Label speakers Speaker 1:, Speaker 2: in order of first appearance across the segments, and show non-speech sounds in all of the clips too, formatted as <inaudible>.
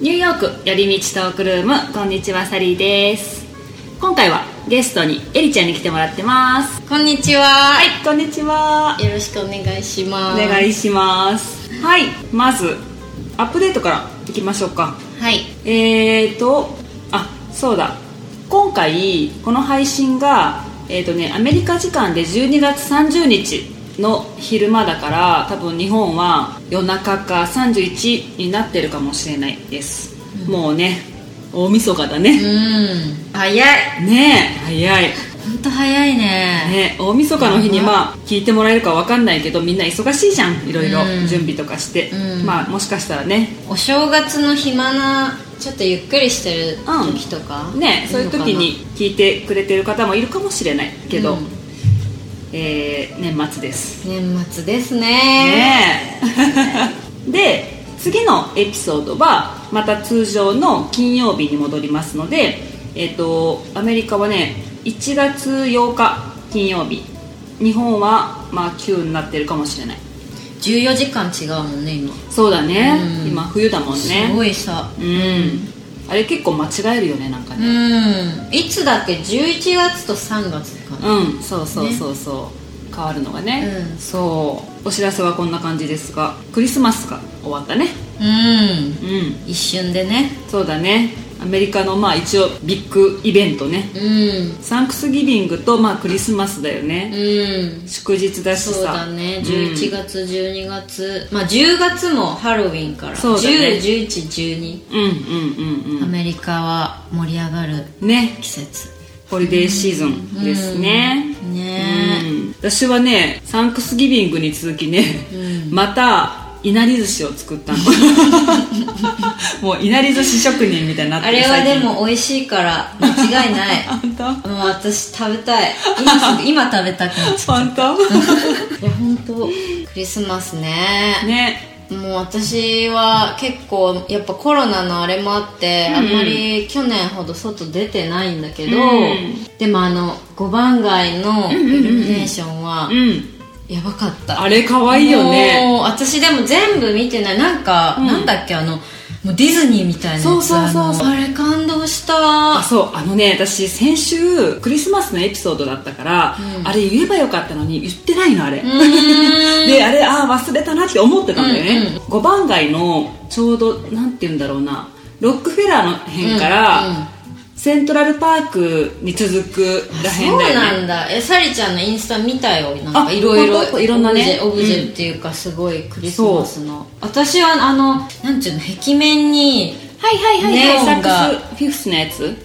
Speaker 1: ーク寄り道トークルームこんにちはサリーです今回はゲストにエリちゃんに来てもらってます
Speaker 2: こんにちは、
Speaker 1: はいこんにちは
Speaker 2: よろしくお願いし
Speaker 1: お
Speaker 2: ます
Speaker 1: 願いしますはいまずアップデートからいきましょうか
Speaker 2: はい
Speaker 1: えーとあそうだ今回この配信がえーとねアメリカ時間で12月30日の昼間だから多分日本は夜中か31になってるかもしれないです、もうね大晦日だね、
Speaker 2: うん早い
Speaker 1: ねえ早い
Speaker 2: 本当早いね
Speaker 1: ね、大晦日の日にまあ聞いてもらえるかわかんないけどみんな忙しいじゃんいろいろ
Speaker 2: うん
Speaker 1: 準備とかして、
Speaker 2: うん
Speaker 1: まあもしかしたらね
Speaker 2: お正月の暇なちょっとゆっくりしてる
Speaker 1: うん
Speaker 2: 時とか、
Speaker 1: ねそういう時に聞いてくれてる方もいるかもしれないけど、
Speaker 2: うん
Speaker 1: えー年末です
Speaker 2: いいのかな年末ですね
Speaker 1: ね <laughs> えで次のエピソードはまた通常の金曜日に戻りますのでえっ、とアメリカはね1月8日金曜日日本はまあ9になってるかもしれない
Speaker 2: 14時間違うもんね今、
Speaker 1: そうだね、
Speaker 2: うん
Speaker 1: 今冬だもんね
Speaker 2: すごいさ
Speaker 1: うんあれ結構間違えるよねなんか
Speaker 2: う
Speaker 1: ね
Speaker 2: んいつだっけ11月と3月かな
Speaker 1: うん、そうそうそうそう、変わるのがね、
Speaker 2: うん
Speaker 1: そうお知らせはこんな感じですがクリスマスが終わったね
Speaker 2: うん
Speaker 1: うん
Speaker 2: 一瞬でね
Speaker 1: そうだねアメリカのまあ一応ビッグイベントね
Speaker 2: うん
Speaker 1: サンクスギビングとまあクリスマスだよね、
Speaker 2: うん
Speaker 1: 祝日だしさ
Speaker 2: そうだね
Speaker 1: うん
Speaker 2: 11月、12月まあ10月もハロウィンから、
Speaker 1: そうだね
Speaker 2: 101112、
Speaker 1: うんうんうん
Speaker 2: アメリカは盛り上がる
Speaker 1: うんね
Speaker 2: 季節
Speaker 1: ホリデーシーズンですね、
Speaker 2: うんねえ
Speaker 1: うん私はねサンクスギビングに続きね、またいなり寿司を作
Speaker 2: <laughs>
Speaker 1: ったのもういなり寿司職人みたいになって
Speaker 2: あ
Speaker 1: る
Speaker 2: れは
Speaker 1: 最
Speaker 2: で
Speaker 1: 近
Speaker 2: も美味しいから間違いない
Speaker 1: <laughs> 本
Speaker 2: もう私食べたい今すぐ今食べたくなっちゃ
Speaker 1: 当本当
Speaker 2: ういや本当クリスマスね
Speaker 1: ね
Speaker 2: もう私は結構やっぱコロナのあれもあって、
Speaker 1: うんうん
Speaker 2: あんまり去年ほど外出てないんだけど、
Speaker 1: うん
Speaker 2: でもあの5番街のイルミネーションは
Speaker 1: うん
Speaker 2: やばかった、
Speaker 1: あれ可愛いよね
Speaker 2: もう私でも全部見てないなんか、
Speaker 1: うん
Speaker 2: なんだっけあのもうディズニーみたいなやつ
Speaker 1: そうそうそうそう
Speaker 2: あのあれ感動した
Speaker 1: あそうあのね私先週クリスマスのエピソードだったから、
Speaker 2: うん
Speaker 1: あれ言えばよかったのに言ってないのあれ、
Speaker 2: うーん
Speaker 1: であれああ忘れたなって思ってたんだよ
Speaker 2: うん
Speaker 1: ね、五番街のちょうどなんて言うんだろうなロックフェラーの辺から、
Speaker 2: うんうん
Speaker 1: セントラルパークに続くらへんだ
Speaker 2: そう
Speaker 1: よ
Speaker 2: な
Speaker 1: ね
Speaker 2: んだえサリちゃんのインスタ見たよなんか
Speaker 1: あ
Speaker 2: いろい
Speaker 1: 本当
Speaker 2: ろ
Speaker 1: いろんなね
Speaker 2: オブジェオブジ
Speaker 1: うん
Speaker 2: ェっていうかすごいクリスマスの私はあのなんていうの壁面に
Speaker 1: はいはい
Speaker 2: はい
Speaker 1: ネオン
Speaker 2: サ
Speaker 1: が
Speaker 2: ッ
Speaker 1: フィフスのやつ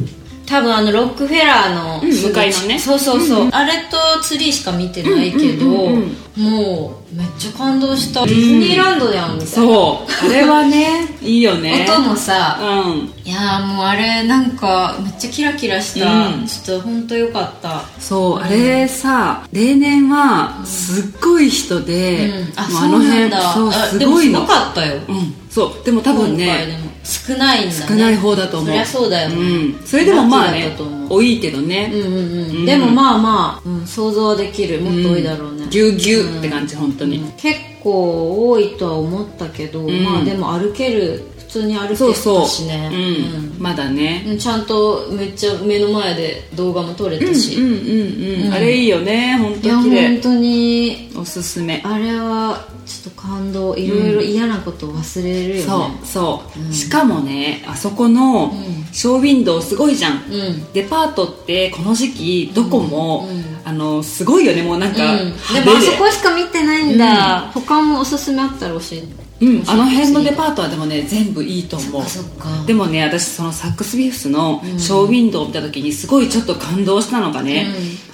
Speaker 2: 多分あのロックフェラーの、
Speaker 1: うん向かいのね
Speaker 2: そうそうそう、あれとツリーしか見てないけど、
Speaker 1: うんうんうん
Speaker 2: もうめっちゃ感動した、ディズニーランドやんみたいな、
Speaker 1: そうあれはねいいよね
Speaker 2: 音もさ、
Speaker 1: うん
Speaker 2: いやーもうあれなんかめっちゃキラキラした、
Speaker 1: うん
Speaker 2: ちょっと本当よかった
Speaker 1: そうあれさ例年はすっごい人で、
Speaker 2: うん、あ
Speaker 1: も
Speaker 2: そうなんだ
Speaker 1: そう
Speaker 2: あ
Speaker 1: すごい
Speaker 2: でも
Speaker 1: の
Speaker 2: すごかったよ、
Speaker 1: うんそうでも多分
Speaker 2: 今回で
Speaker 1: ね
Speaker 2: も少ないんだ、ね、
Speaker 1: 少ない方だと思う
Speaker 2: そりゃそうだよね、
Speaker 1: うん、それでもまあ
Speaker 2: 夏だ
Speaker 1: ね
Speaker 2: ったと思う
Speaker 1: 多いけど
Speaker 2: う
Speaker 1: ね、
Speaker 2: んうんうん、
Speaker 1: うん
Speaker 2: でもまあまあ、うん、想像はできるもっと多いだろうね、
Speaker 1: ぎゅうぎゅうって感じ本当に、
Speaker 2: うん結構多いとは思ったけど、
Speaker 1: ん
Speaker 2: まあでも歩ける普通に歩け
Speaker 1: そう
Speaker 2: た
Speaker 1: そう
Speaker 2: しね
Speaker 1: うんまだね、
Speaker 2: うんちゃんとめっちゃ目の前で動画も撮れたし、
Speaker 1: うんうんうん、
Speaker 2: うん
Speaker 1: あれいいよね本
Speaker 2: いや
Speaker 1: 当綺
Speaker 2: 本
Speaker 1: 麗
Speaker 2: 当に
Speaker 1: おすすめ
Speaker 2: あれはちょっと感動いろいろ嫌なこと忘れるよね、
Speaker 1: そうそう、しかもねあそこの
Speaker 2: ん
Speaker 1: ショーウィンドウすごいじゃん、
Speaker 2: うん
Speaker 1: デパートってこの時期どこも、
Speaker 2: うんうん
Speaker 1: あのすごいよねもうなんか、
Speaker 2: うん、で
Speaker 1: 派手
Speaker 2: もあそこしか見てないんだ、他もおすすめあったら教えて
Speaker 1: うん、あの辺のデパートはでもね全部いいと思う
Speaker 2: あそっか
Speaker 1: でもね私そのサックスビーフスのショーウィンドウを見た時にすごいちょっと感動したのがね、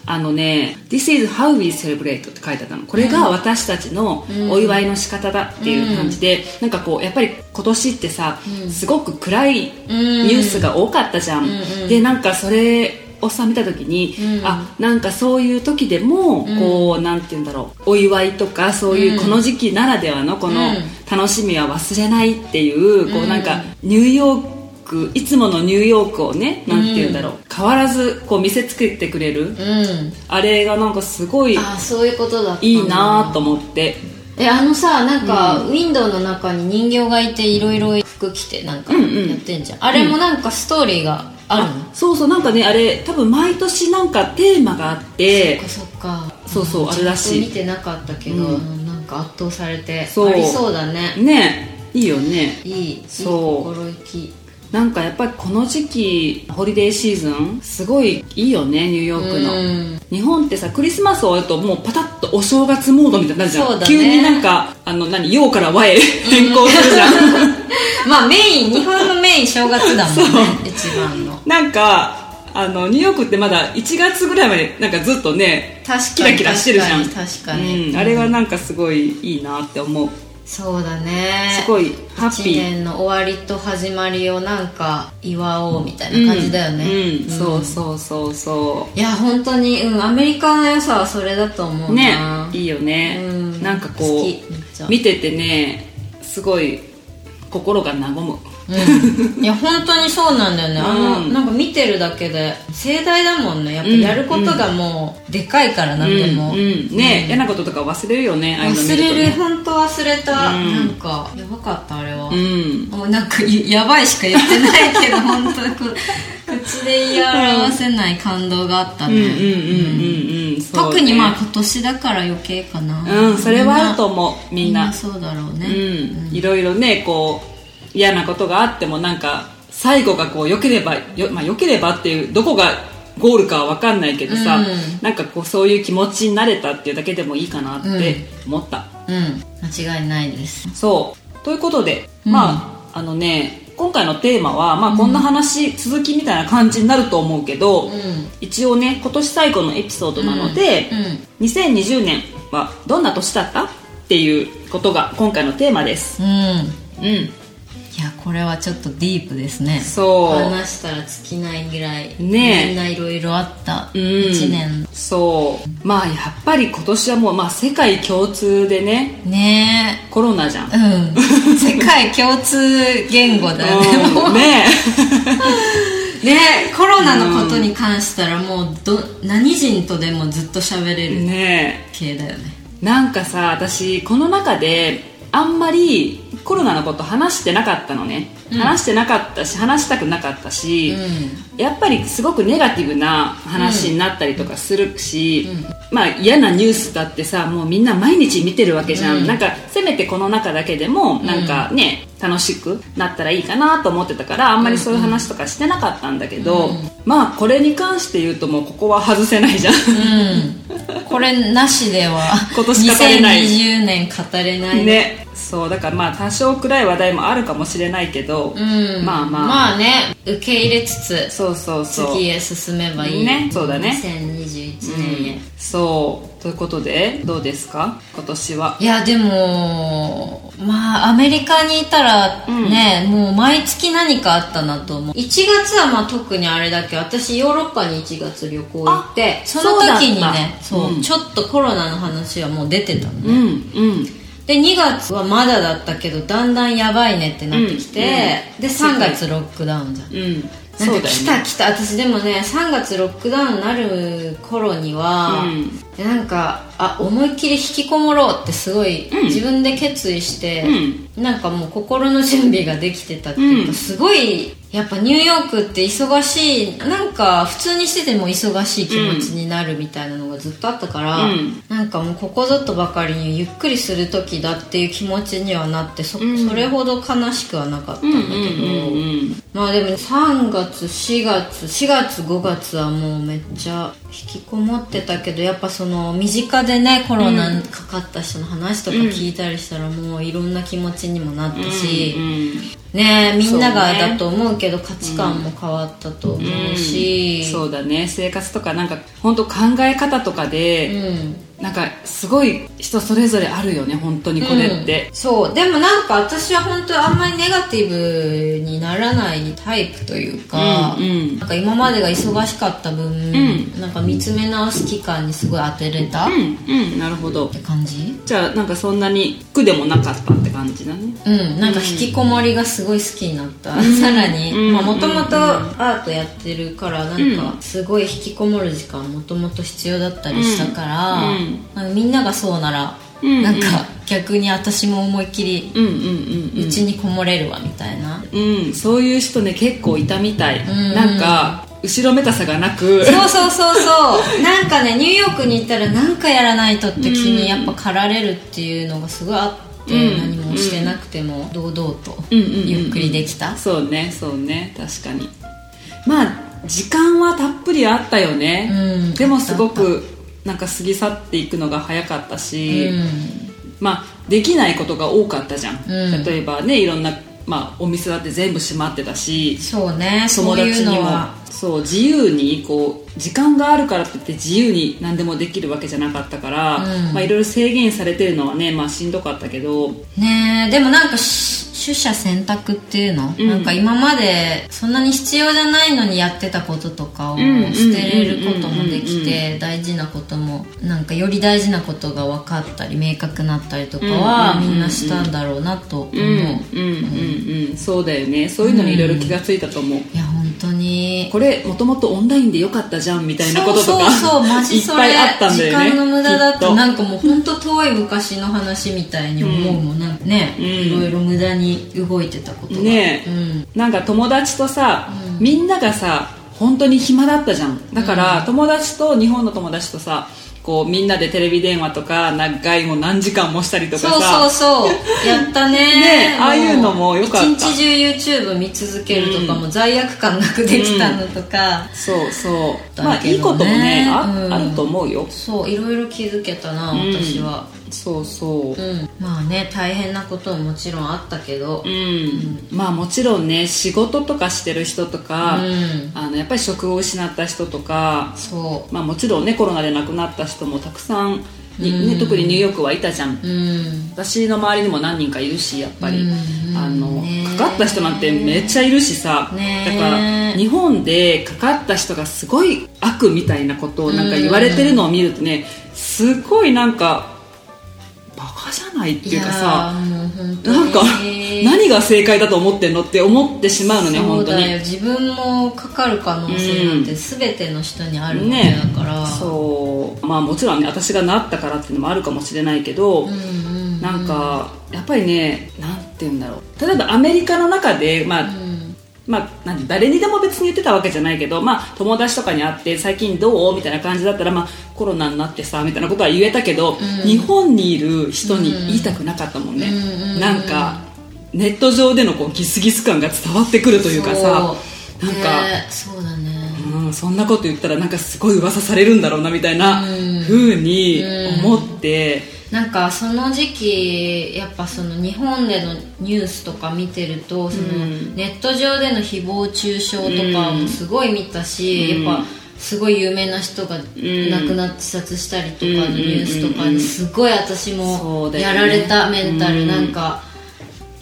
Speaker 1: あのね「This is how we celebrate」って書いてあったのこれが私たちのお祝いの仕方だっていう感じで、なんかこうやっぱり今年ってさ、すごく暗いニュースが多かったじゃん、
Speaker 2: うんうん
Speaker 1: でなんかそれをさ見た時に、
Speaker 2: うん
Speaker 1: あなんかそういう時でも、
Speaker 2: ん
Speaker 1: こうなんて言うんだろうお祝いとかそういうこの時期ならではのこの
Speaker 2: うん
Speaker 1: 楽しみは忘れないっていうこうなんかニューヨークいつものニューヨークをねなんて言うんだろう変わらずこう見せつけてくれる
Speaker 2: うん
Speaker 1: あれがなんかすごい
Speaker 2: あそういうことだったんだ
Speaker 1: いいなと思って
Speaker 2: えあのさなんか、ウィンドウの中に人形がいていろいろ服着てなんか
Speaker 1: うんうん
Speaker 2: やってんじゃん、あれもなんかストーリーがあるの、
Speaker 1: そうそうなんかねあれ多分毎年なんかテーマがあって
Speaker 2: そっか
Speaker 1: そうそうんあるらしい
Speaker 2: ちゃんと見てなかったけど、
Speaker 1: うん
Speaker 2: なんか圧倒されて
Speaker 1: そう
Speaker 2: ありそうだね
Speaker 1: ねいいよね
Speaker 2: いいいい
Speaker 1: そう
Speaker 2: 心意気
Speaker 1: なんかやっぱりこの時期ホリデーシーズンすごいいいよねニューヨークの、
Speaker 2: うん
Speaker 1: 日本ってさクリスマス終わるともうパタッとお正月モードみたいになるじゃん、
Speaker 2: そうだね
Speaker 1: 急になんかあの何洋から和へ変更するじゃん、
Speaker 2: まあメイン日本のメイン正月だもんね一番の
Speaker 1: <laughs> なんかあのニューヨークってまだ1月ぐらいまでなんかずっとね
Speaker 2: 確かに
Speaker 1: キラキラしてるじゃん
Speaker 2: 確かに確かに、
Speaker 1: うん、あれはなんかすごいいいなって思う
Speaker 2: そうだね
Speaker 1: すごいハッ
Speaker 2: 一
Speaker 1: ピー
Speaker 2: 年の終わりと始まりをなんか祝おうみたいな感じだよね、
Speaker 1: うんうんそう
Speaker 2: う
Speaker 1: そうそうそ
Speaker 2: いや本当にうんアメリカの良さはそれだと思
Speaker 1: う
Speaker 2: う
Speaker 1: ね
Speaker 2: ない
Speaker 1: いよね、
Speaker 2: うん
Speaker 1: なんかこ
Speaker 2: 好きめっちゃ
Speaker 1: う見ててねすごい心が和む
Speaker 2: うん、いや本当にそうなんだよね、あの
Speaker 1: うん
Speaker 2: なんか見てるだけで盛大だもんねやっぱ
Speaker 1: うん
Speaker 2: やることがもうでかいからなんでも、
Speaker 1: うんうんね、嫌なこととか忘れるよねああいうの見
Speaker 2: 忘
Speaker 1: とね
Speaker 2: れる本当忘れた、
Speaker 1: うん
Speaker 2: なんかやばかったあれは、
Speaker 1: うん
Speaker 2: もうなんかややばいしか言ってない
Speaker 1: <laughs>
Speaker 2: けど本当にこう口で言い表せない感動があった
Speaker 1: うん
Speaker 2: ね、
Speaker 1: うんうんうんうんそうね
Speaker 2: 特にまあ今年だから余計かな
Speaker 1: うんそれはあると思うみ
Speaker 2: み
Speaker 1: ん
Speaker 2: んな
Speaker 1: な
Speaker 2: そうだろうね、
Speaker 1: うんいろいろねこう嫌なことがあってもなんか最後がこう良ければよ,、まあ、良ければっていうどこがゴールかは分かんないけどさ、
Speaker 2: うん
Speaker 1: なんかこうそういう気持ちになれたっていうだけでもいいかなって思った、
Speaker 2: うん間違いないです
Speaker 1: そうということで、
Speaker 2: うん
Speaker 1: まああのね今回のテーマは、まあ、こんな話、続きみたいな感じになると思うけど、
Speaker 2: うん
Speaker 1: 一応ね今年最後のエピソードなので、
Speaker 2: うん
Speaker 1: 2020年はどんな年だったっていうことが今回のテーマです
Speaker 2: うん、うん
Speaker 1: うん
Speaker 2: いやこれはちょっとディープですね
Speaker 1: そう
Speaker 2: 話したら尽きないぐらい
Speaker 1: ねえ
Speaker 2: みんないろいろあった
Speaker 1: うん
Speaker 2: 1年、
Speaker 1: そうまあやっぱり今年はもう、まあ、世界共通でね
Speaker 2: ねえ
Speaker 1: コロナじゃん、
Speaker 2: うん
Speaker 1: <laughs>
Speaker 2: 世界共通言語だよねも
Speaker 1: う
Speaker 2: <laughs> うんね
Speaker 1: ね
Speaker 2: えコロナのことに関したらもうど何人とでもずっと喋れ
Speaker 1: え
Speaker 2: る
Speaker 1: ねえ
Speaker 2: 系だよね
Speaker 1: なんかさ私この中であんまりコロナのこと話してなかったのね、
Speaker 2: うん
Speaker 1: 話してなかったし話したくなかったし、やっぱりすごくネガティブな話になったりとかするし、
Speaker 2: うん
Speaker 1: まあ嫌なニュースだってさもうみんな毎日見てるわけじゃん、
Speaker 2: うん
Speaker 1: なんかせめてこの中だけでもなんかね、楽しくなったらいいかなと思ってたからあんまりそういう話とかしてなかったんだけど、
Speaker 2: うん
Speaker 1: まあこれに関して言うともうここは外せないじゃん
Speaker 2: うん、これなしで
Speaker 1: <laughs>
Speaker 2: は
Speaker 1: 今年語れない
Speaker 2: 2020年語れない、
Speaker 1: ねそうだからまあ多少くらい話題もあるかもしれないけど、
Speaker 2: うん、
Speaker 1: まあまあ
Speaker 2: まあね受け入れつつ
Speaker 1: そうそうそう
Speaker 2: 次へ進めばいい
Speaker 1: ねそうだねう
Speaker 2: 2021
Speaker 1: ん
Speaker 2: 年へ、
Speaker 1: そうということでどうですか今年はい
Speaker 2: やでもまあアメリカにいたらね、もう毎月何かあったなと思う1月はまあ特にあれだけど私ヨーロッパに1月旅行行って
Speaker 1: あ
Speaker 2: その時にね
Speaker 1: そう
Speaker 2: そ
Speaker 1: だ
Speaker 2: う
Speaker 1: ったうん
Speaker 2: ちょっとコロナの話はもう出てたの
Speaker 1: うんうん
Speaker 2: で2月はまだだったけどだんだんやばいねってなってきて、
Speaker 1: うん
Speaker 2: で3月ロックダウンじゃん
Speaker 1: うん
Speaker 2: なん
Speaker 1: そう
Speaker 2: か
Speaker 1: だ
Speaker 2: 来
Speaker 1: よ
Speaker 2: た
Speaker 1: ね
Speaker 2: 来た、私でもね3月ロックダウンになる頃には、
Speaker 1: うん
Speaker 2: でなんかあ思いっきり引きこもろうってすごい、
Speaker 1: うん
Speaker 2: 自分で決意して、なんかもう心の準備ができてたっていうか、
Speaker 1: うん
Speaker 2: すごいやっぱニューヨークって忙しいなんか普通にしてても忙しい気持ちになるみたいなのがずっとあったから、
Speaker 1: うん
Speaker 2: なんかもうここぞとばかりにゆっくりする時だっていう気持ちにはなってそ,、
Speaker 1: ん
Speaker 2: それほど悲しくはなかった
Speaker 1: うんん
Speaker 2: だ
Speaker 1: う
Speaker 2: けど。
Speaker 1: んうんうん
Speaker 2: まあでも3月4月4月5月はもうめっちゃ引きこもってたけどやっぱその身近でねコロナにかかった人の話とか聞いたりしたらもういろんな気持ちにもなったし、ねえみんなが
Speaker 1: そうね
Speaker 2: だと思うけど価値観も変わったと思
Speaker 1: うん
Speaker 2: うし、うん、
Speaker 1: そうだね生活とかなんか本当考え方とかで、なんかすごい人それぞれあるよね本当にこれって
Speaker 2: うん、そうでもなんか私は本当あんまりネガティブにならないタイプというか、
Speaker 1: うんうん
Speaker 2: なんか今までが忙しかった分、
Speaker 1: ん
Speaker 2: なんか見つめ直す期間にすごい当てれたっ
Speaker 1: うんうんなるほど
Speaker 2: て感じ
Speaker 1: じゃあなんかそんなに苦でもなかったって感じだね
Speaker 2: うん、なんか引きこもりがすごい好きになった、さらに
Speaker 1: うん
Speaker 2: もともとアートやってるからなん
Speaker 1: う
Speaker 2: かすごい引きこもる時間もともと必要だったりしたから、
Speaker 1: うん
Speaker 2: なんかみんながそうなら
Speaker 1: うんうん
Speaker 2: なんか逆に私も思いっきり
Speaker 1: うんうんうん
Speaker 2: うちにこもれるわみたいな、
Speaker 1: うん、うん、そういう人ね結構いたみたい、
Speaker 2: んうん
Speaker 1: なんか後ろめたさがなく
Speaker 2: そうそうそう
Speaker 1: <laughs>
Speaker 2: そうなんかねニューヨークに行ったらなんかやらないとって気にやっぱ駆られるっていうのがすごいあって、
Speaker 1: うん
Speaker 2: 何もしてなくても堂々と
Speaker 1: うんうんうん
Speaker 2: ゆっくりできた、
Speaker 1: そうねそうね確かにまあ時間はたっぷりあったよね、
Speaker 2: うん
Speaker 1: でもすごくなんか過ぎ去っていくのが早かったし、まあできないことが多かったじゃん、
Speaker 2: うん
Speaker 1: 例えばねいろんな、まあ、お店だって全部閉まってたし
Speaker 2: そうねそ
Speaker 1: 友
Speaker 2: うい
Speaker 1: 達
Speaker 2: う
Speaker 1: に
Speaker 2: の
Speaker 1: も
Speaker 2: は
Speaker 1: そう自由にこう時間があるからって言って自由に何でもできるわけじゃなかったから、
Speaker 2: うん
Speaker 1: まあ、いろいろ制限されてるのはね、まあ、しんどかったけど
Speaker 2: ねえでもなんかし取捨選択っていうの、
Speaker 1: うん
Speaker 2: なんか今までそんなに必要じゃないのにやってたこととかを
Speaker 1: うん
Speaker 2: 捨てれることもで
Speaker 1: うんうんうんう
Speaker 2: き
Speaker 1: ん
Speaker 2: て大事なこともなんかより大事なことが分かったり明確になったりとかは
Speaker 1: うんうんうん
Speaker 2: み
Speaker 1: うん
Speaker 2: んなしたんだろうなと思う、
Speaker 1: うんうんうんうんそうだよねそういうのにいろいろ気がついたと思う、
Speaker 2: いや本当に
Speaker 1: これもともとオンラインでよかったじゃんみたいなこととか
Speaker 2: そうそうそうマジ
Speaker 1: いっ
Speaker 2: それ
Speaker 1: ぱ <laughs> いあったんだよね
Speaker 2: 時間の無駄だ
Speaker 1: き
Speaker 2: っ
Speaker 1: っと
Speaker 2: たなんかもう本当遠い昔の話みたいに思うもん、なんかね、
Speaker 1: うん
Speaker 2: いろいろ無駄に動いてたことが
Speaker 1: ねえ
Speaker 2: うん
Speaker 1: なんか友達とさ、みんながさ本当に暇だったじゃんだから、友達と日本の友達とさこうみんなでテレビ電話とか長いもう何時間もしたりとかさ
Speaker 2: そうそうそうやったね
Speaker 1: <laughs> ねえああいうのも良かった
Speaker 2: 一日中 YouTube 見続けるとかも罪悪感なくできたのとか、
Speaker 1: そうそうま
Speaker 2: だ
Speaker 1: あ
Speaker 2: けどね
Speaker 1: いいこともねあ,、
Speaker 2: うん
Speaker 1: あると思うよ
Speaker 2: そういろいろ気づけたな
Speaker 1: うん
Speaker 2: 私は、
Speaker 1: そうそう
Speaker 2: うんまあね大変なことももちろんあったけど
Speaker 1: うん、まあもちろんね仕事とかしてる人とか、
Speaker 2: うん
Speaker 1: あのやっぱり職を失った人とか、
Speaker 2: そ
Speaker 1: まあ、もちろんねコロナで亡くなった人もたくさんに、ね
Speaker 2: うん
Speaker 1: 特にニューヨークはいたじゃん
Speaker 2: ううん
Speaker 1: 私の周りにも何人かいるしやっぱり、
Speaker 2: うん
Speaker 1: あの
Speaker 2: ね
Speaker 1: かかった人なんてめっちゃいるしさ、
Speaker 2: ね
Speaker 1: だから日本でかかった人がすごい悪みたいなことをなんか言われてるのを見るとねすごいなんかバカじゃないっていうかさ
Speaker 2: いやーもう本当に
Speaker 1: なんか何が正解だと思ってんのって思ってしまうのね
Speaker 2: そう
Speaker 1: 本当
Speaker 2: だよ
Speaker 1: に
Speaker 2: 自分もかかる可能性なんて全ての人にあるわけ
Speaker 1: ね
Speaker 2: だから、
Speaker 1: そうまあもちろんね私がなったからっていうのもあるかもしれないけど、
Speaker 2: うんうんうん
Speaker 1: なんかやっぱりねなんて言うんだろう例えばアメリカの中でまあ、
Speaker 2: うん
Speaker 1: まあ、なんて誰にでも別に言ってたわけじゃないけど、まあ、友達とかに会って最近どうみたいな感じだったら、まあ、コロナになってさみたいなことは言えたけど、
Speaker 2: うん
Speaker 1: 日本にいる人に言いたくなかったもんね、
Speaker 2: うんうん
Speaker 1: なんかネット上でのこうギスギス感が伝わってくるというかさ
Speaker 2: そう
Speaker 1: なんか、
Speaker 2: ねそうだね
Speaker 1: うん、そんなこと言ったらなんかすごい噂されるんだろうなみたいな
Speaker 2: うん
Speaker 1: 風に思って、
Speaker 2: なんかその時期やっぱその日本でのニュースとか見てるとその
Speaker 1: うん
Speaker 2: ネット上での誹謗中傷とかもすごい見たし、
Speaker 1: うん
Speaker 2: やっぱすごい有名な人が亡くなって自殺したりとかのニュースとかにすごい
Speaker 1: そ
Speaker 2: 私も
Speaker 1: うだよ
Speaker 2: や
Speaker 1: ね
Speaker 2: られたメンタ
Speaker 1: う
Speaker 2: ル
Speaker 1: ん
Speaker 2: なんか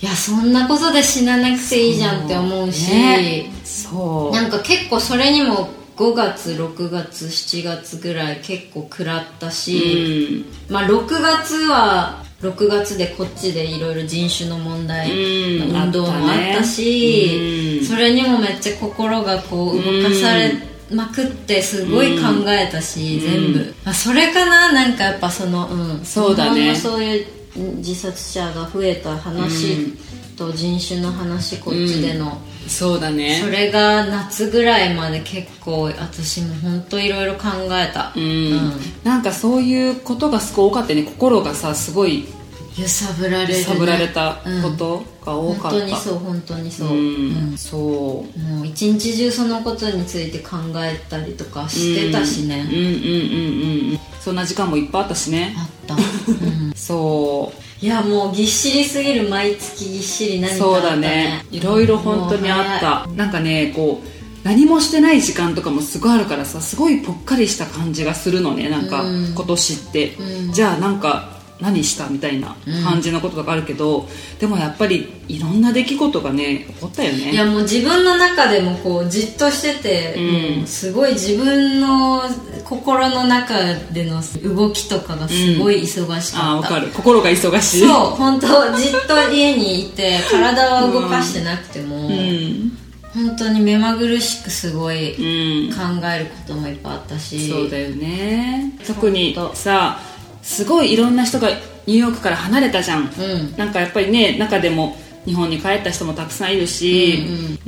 Speaker 2: いやそんなことで死ななくていいじゃんって思うし。
Speaker 1: ねそう
Speaker 2: なんか結構それにも5月6月7月ぐらい結構食らったし、まあ6月は6月でこっちでいろいろ人種の問題、
Speaker 1: うん
Speaker 2: 運動もあった
Speaker 1: あったね
Speaker 2: し
Speaker 1: うん
Speaker 2: それにもめっちゃ心がこう動かされまくってすごい考えたし、全部、まあ、それかななんかやっぱそのうん
Speaker 1: そうだね
Speaker 2: 日本のそういう自殺者が増えた話と人種の話こっちでの、
Speaker 1: うんそうだね
Speaker 2: それが夏ぐらいまで結構私も本当いろいろ考えた、
Speaker 1: うん
Speaker 2: うん
Speaker 1: なんかそういうことがすごい多かったよね心がさすごい
Speaker 2: 揺さぶられるね、
Speaker 1: 揺さぶられたことが
Speaker 2: うん
Speaker 1: 多かった、
Speaker 2: 本当にそう本当にそう、
Speaker 1: んそう
Speaker 2: うんもう一日中そのことについて考えたりとかしてたし
Speaker 1: うん
Speaker 2: ね、
Speaker 1: うんうんうんうんそんな時間もいっぱいあったしね
Speaker 2: あった、うん
Speaker 1: そう
Speaker 2: いやもうぎっしりすぎる毎月ぎっしり何か
Speaker 1: そ
Speaker 2: あ
Speaker 1: う
Speaker 2: った
Speaker 1: だ
Speaker 2: ね
Speaker 1: ねいろいろ本当にあったなんかねこう何もしてない時間とかもすごいあるからさすごいぽっかりした感じがするのねなんか
Speaker 2: うん
Speaker 1: 今年って、
Speaker 2: うん
Speaker 1: じゃあなんか何したみたいな感じのこととかあるけど、でもやっぱりいろんな出来事がね起こったよね
Speaker 2: いやもう自分の中でもこうじっとしてて、
Speaker 1: うん
Speaker 2: もうすごい自分の心の中での動きとかがすごい忙し
Speaker 1: あ
Speaker 2: か
Speaker 1: あ
Speaker 2: っ
Speaker 1: 分
Speaker 2: た、
Speaker 1: かる心が忙しい
Speaker 2: そう本当じっと家にい
Speaker 1: <laughs>
Speaker 2: て体は動かしてなくても、
Speaker 1: うん、
Speaker 2: 本当に目まぐるしくすごい考
Speaker 1: うん、
Speaker 2: えることもいっぱいあったし
Speaker 1: そうだよね
Speaker 2: そう
Speaker 1: 特にさすごいいろんな人がニューヨークから離れたじゃん、
Speaker 2: うん
Speaker 1: なんかやっぱりね中でも日本に帰った人もたくさんいるし、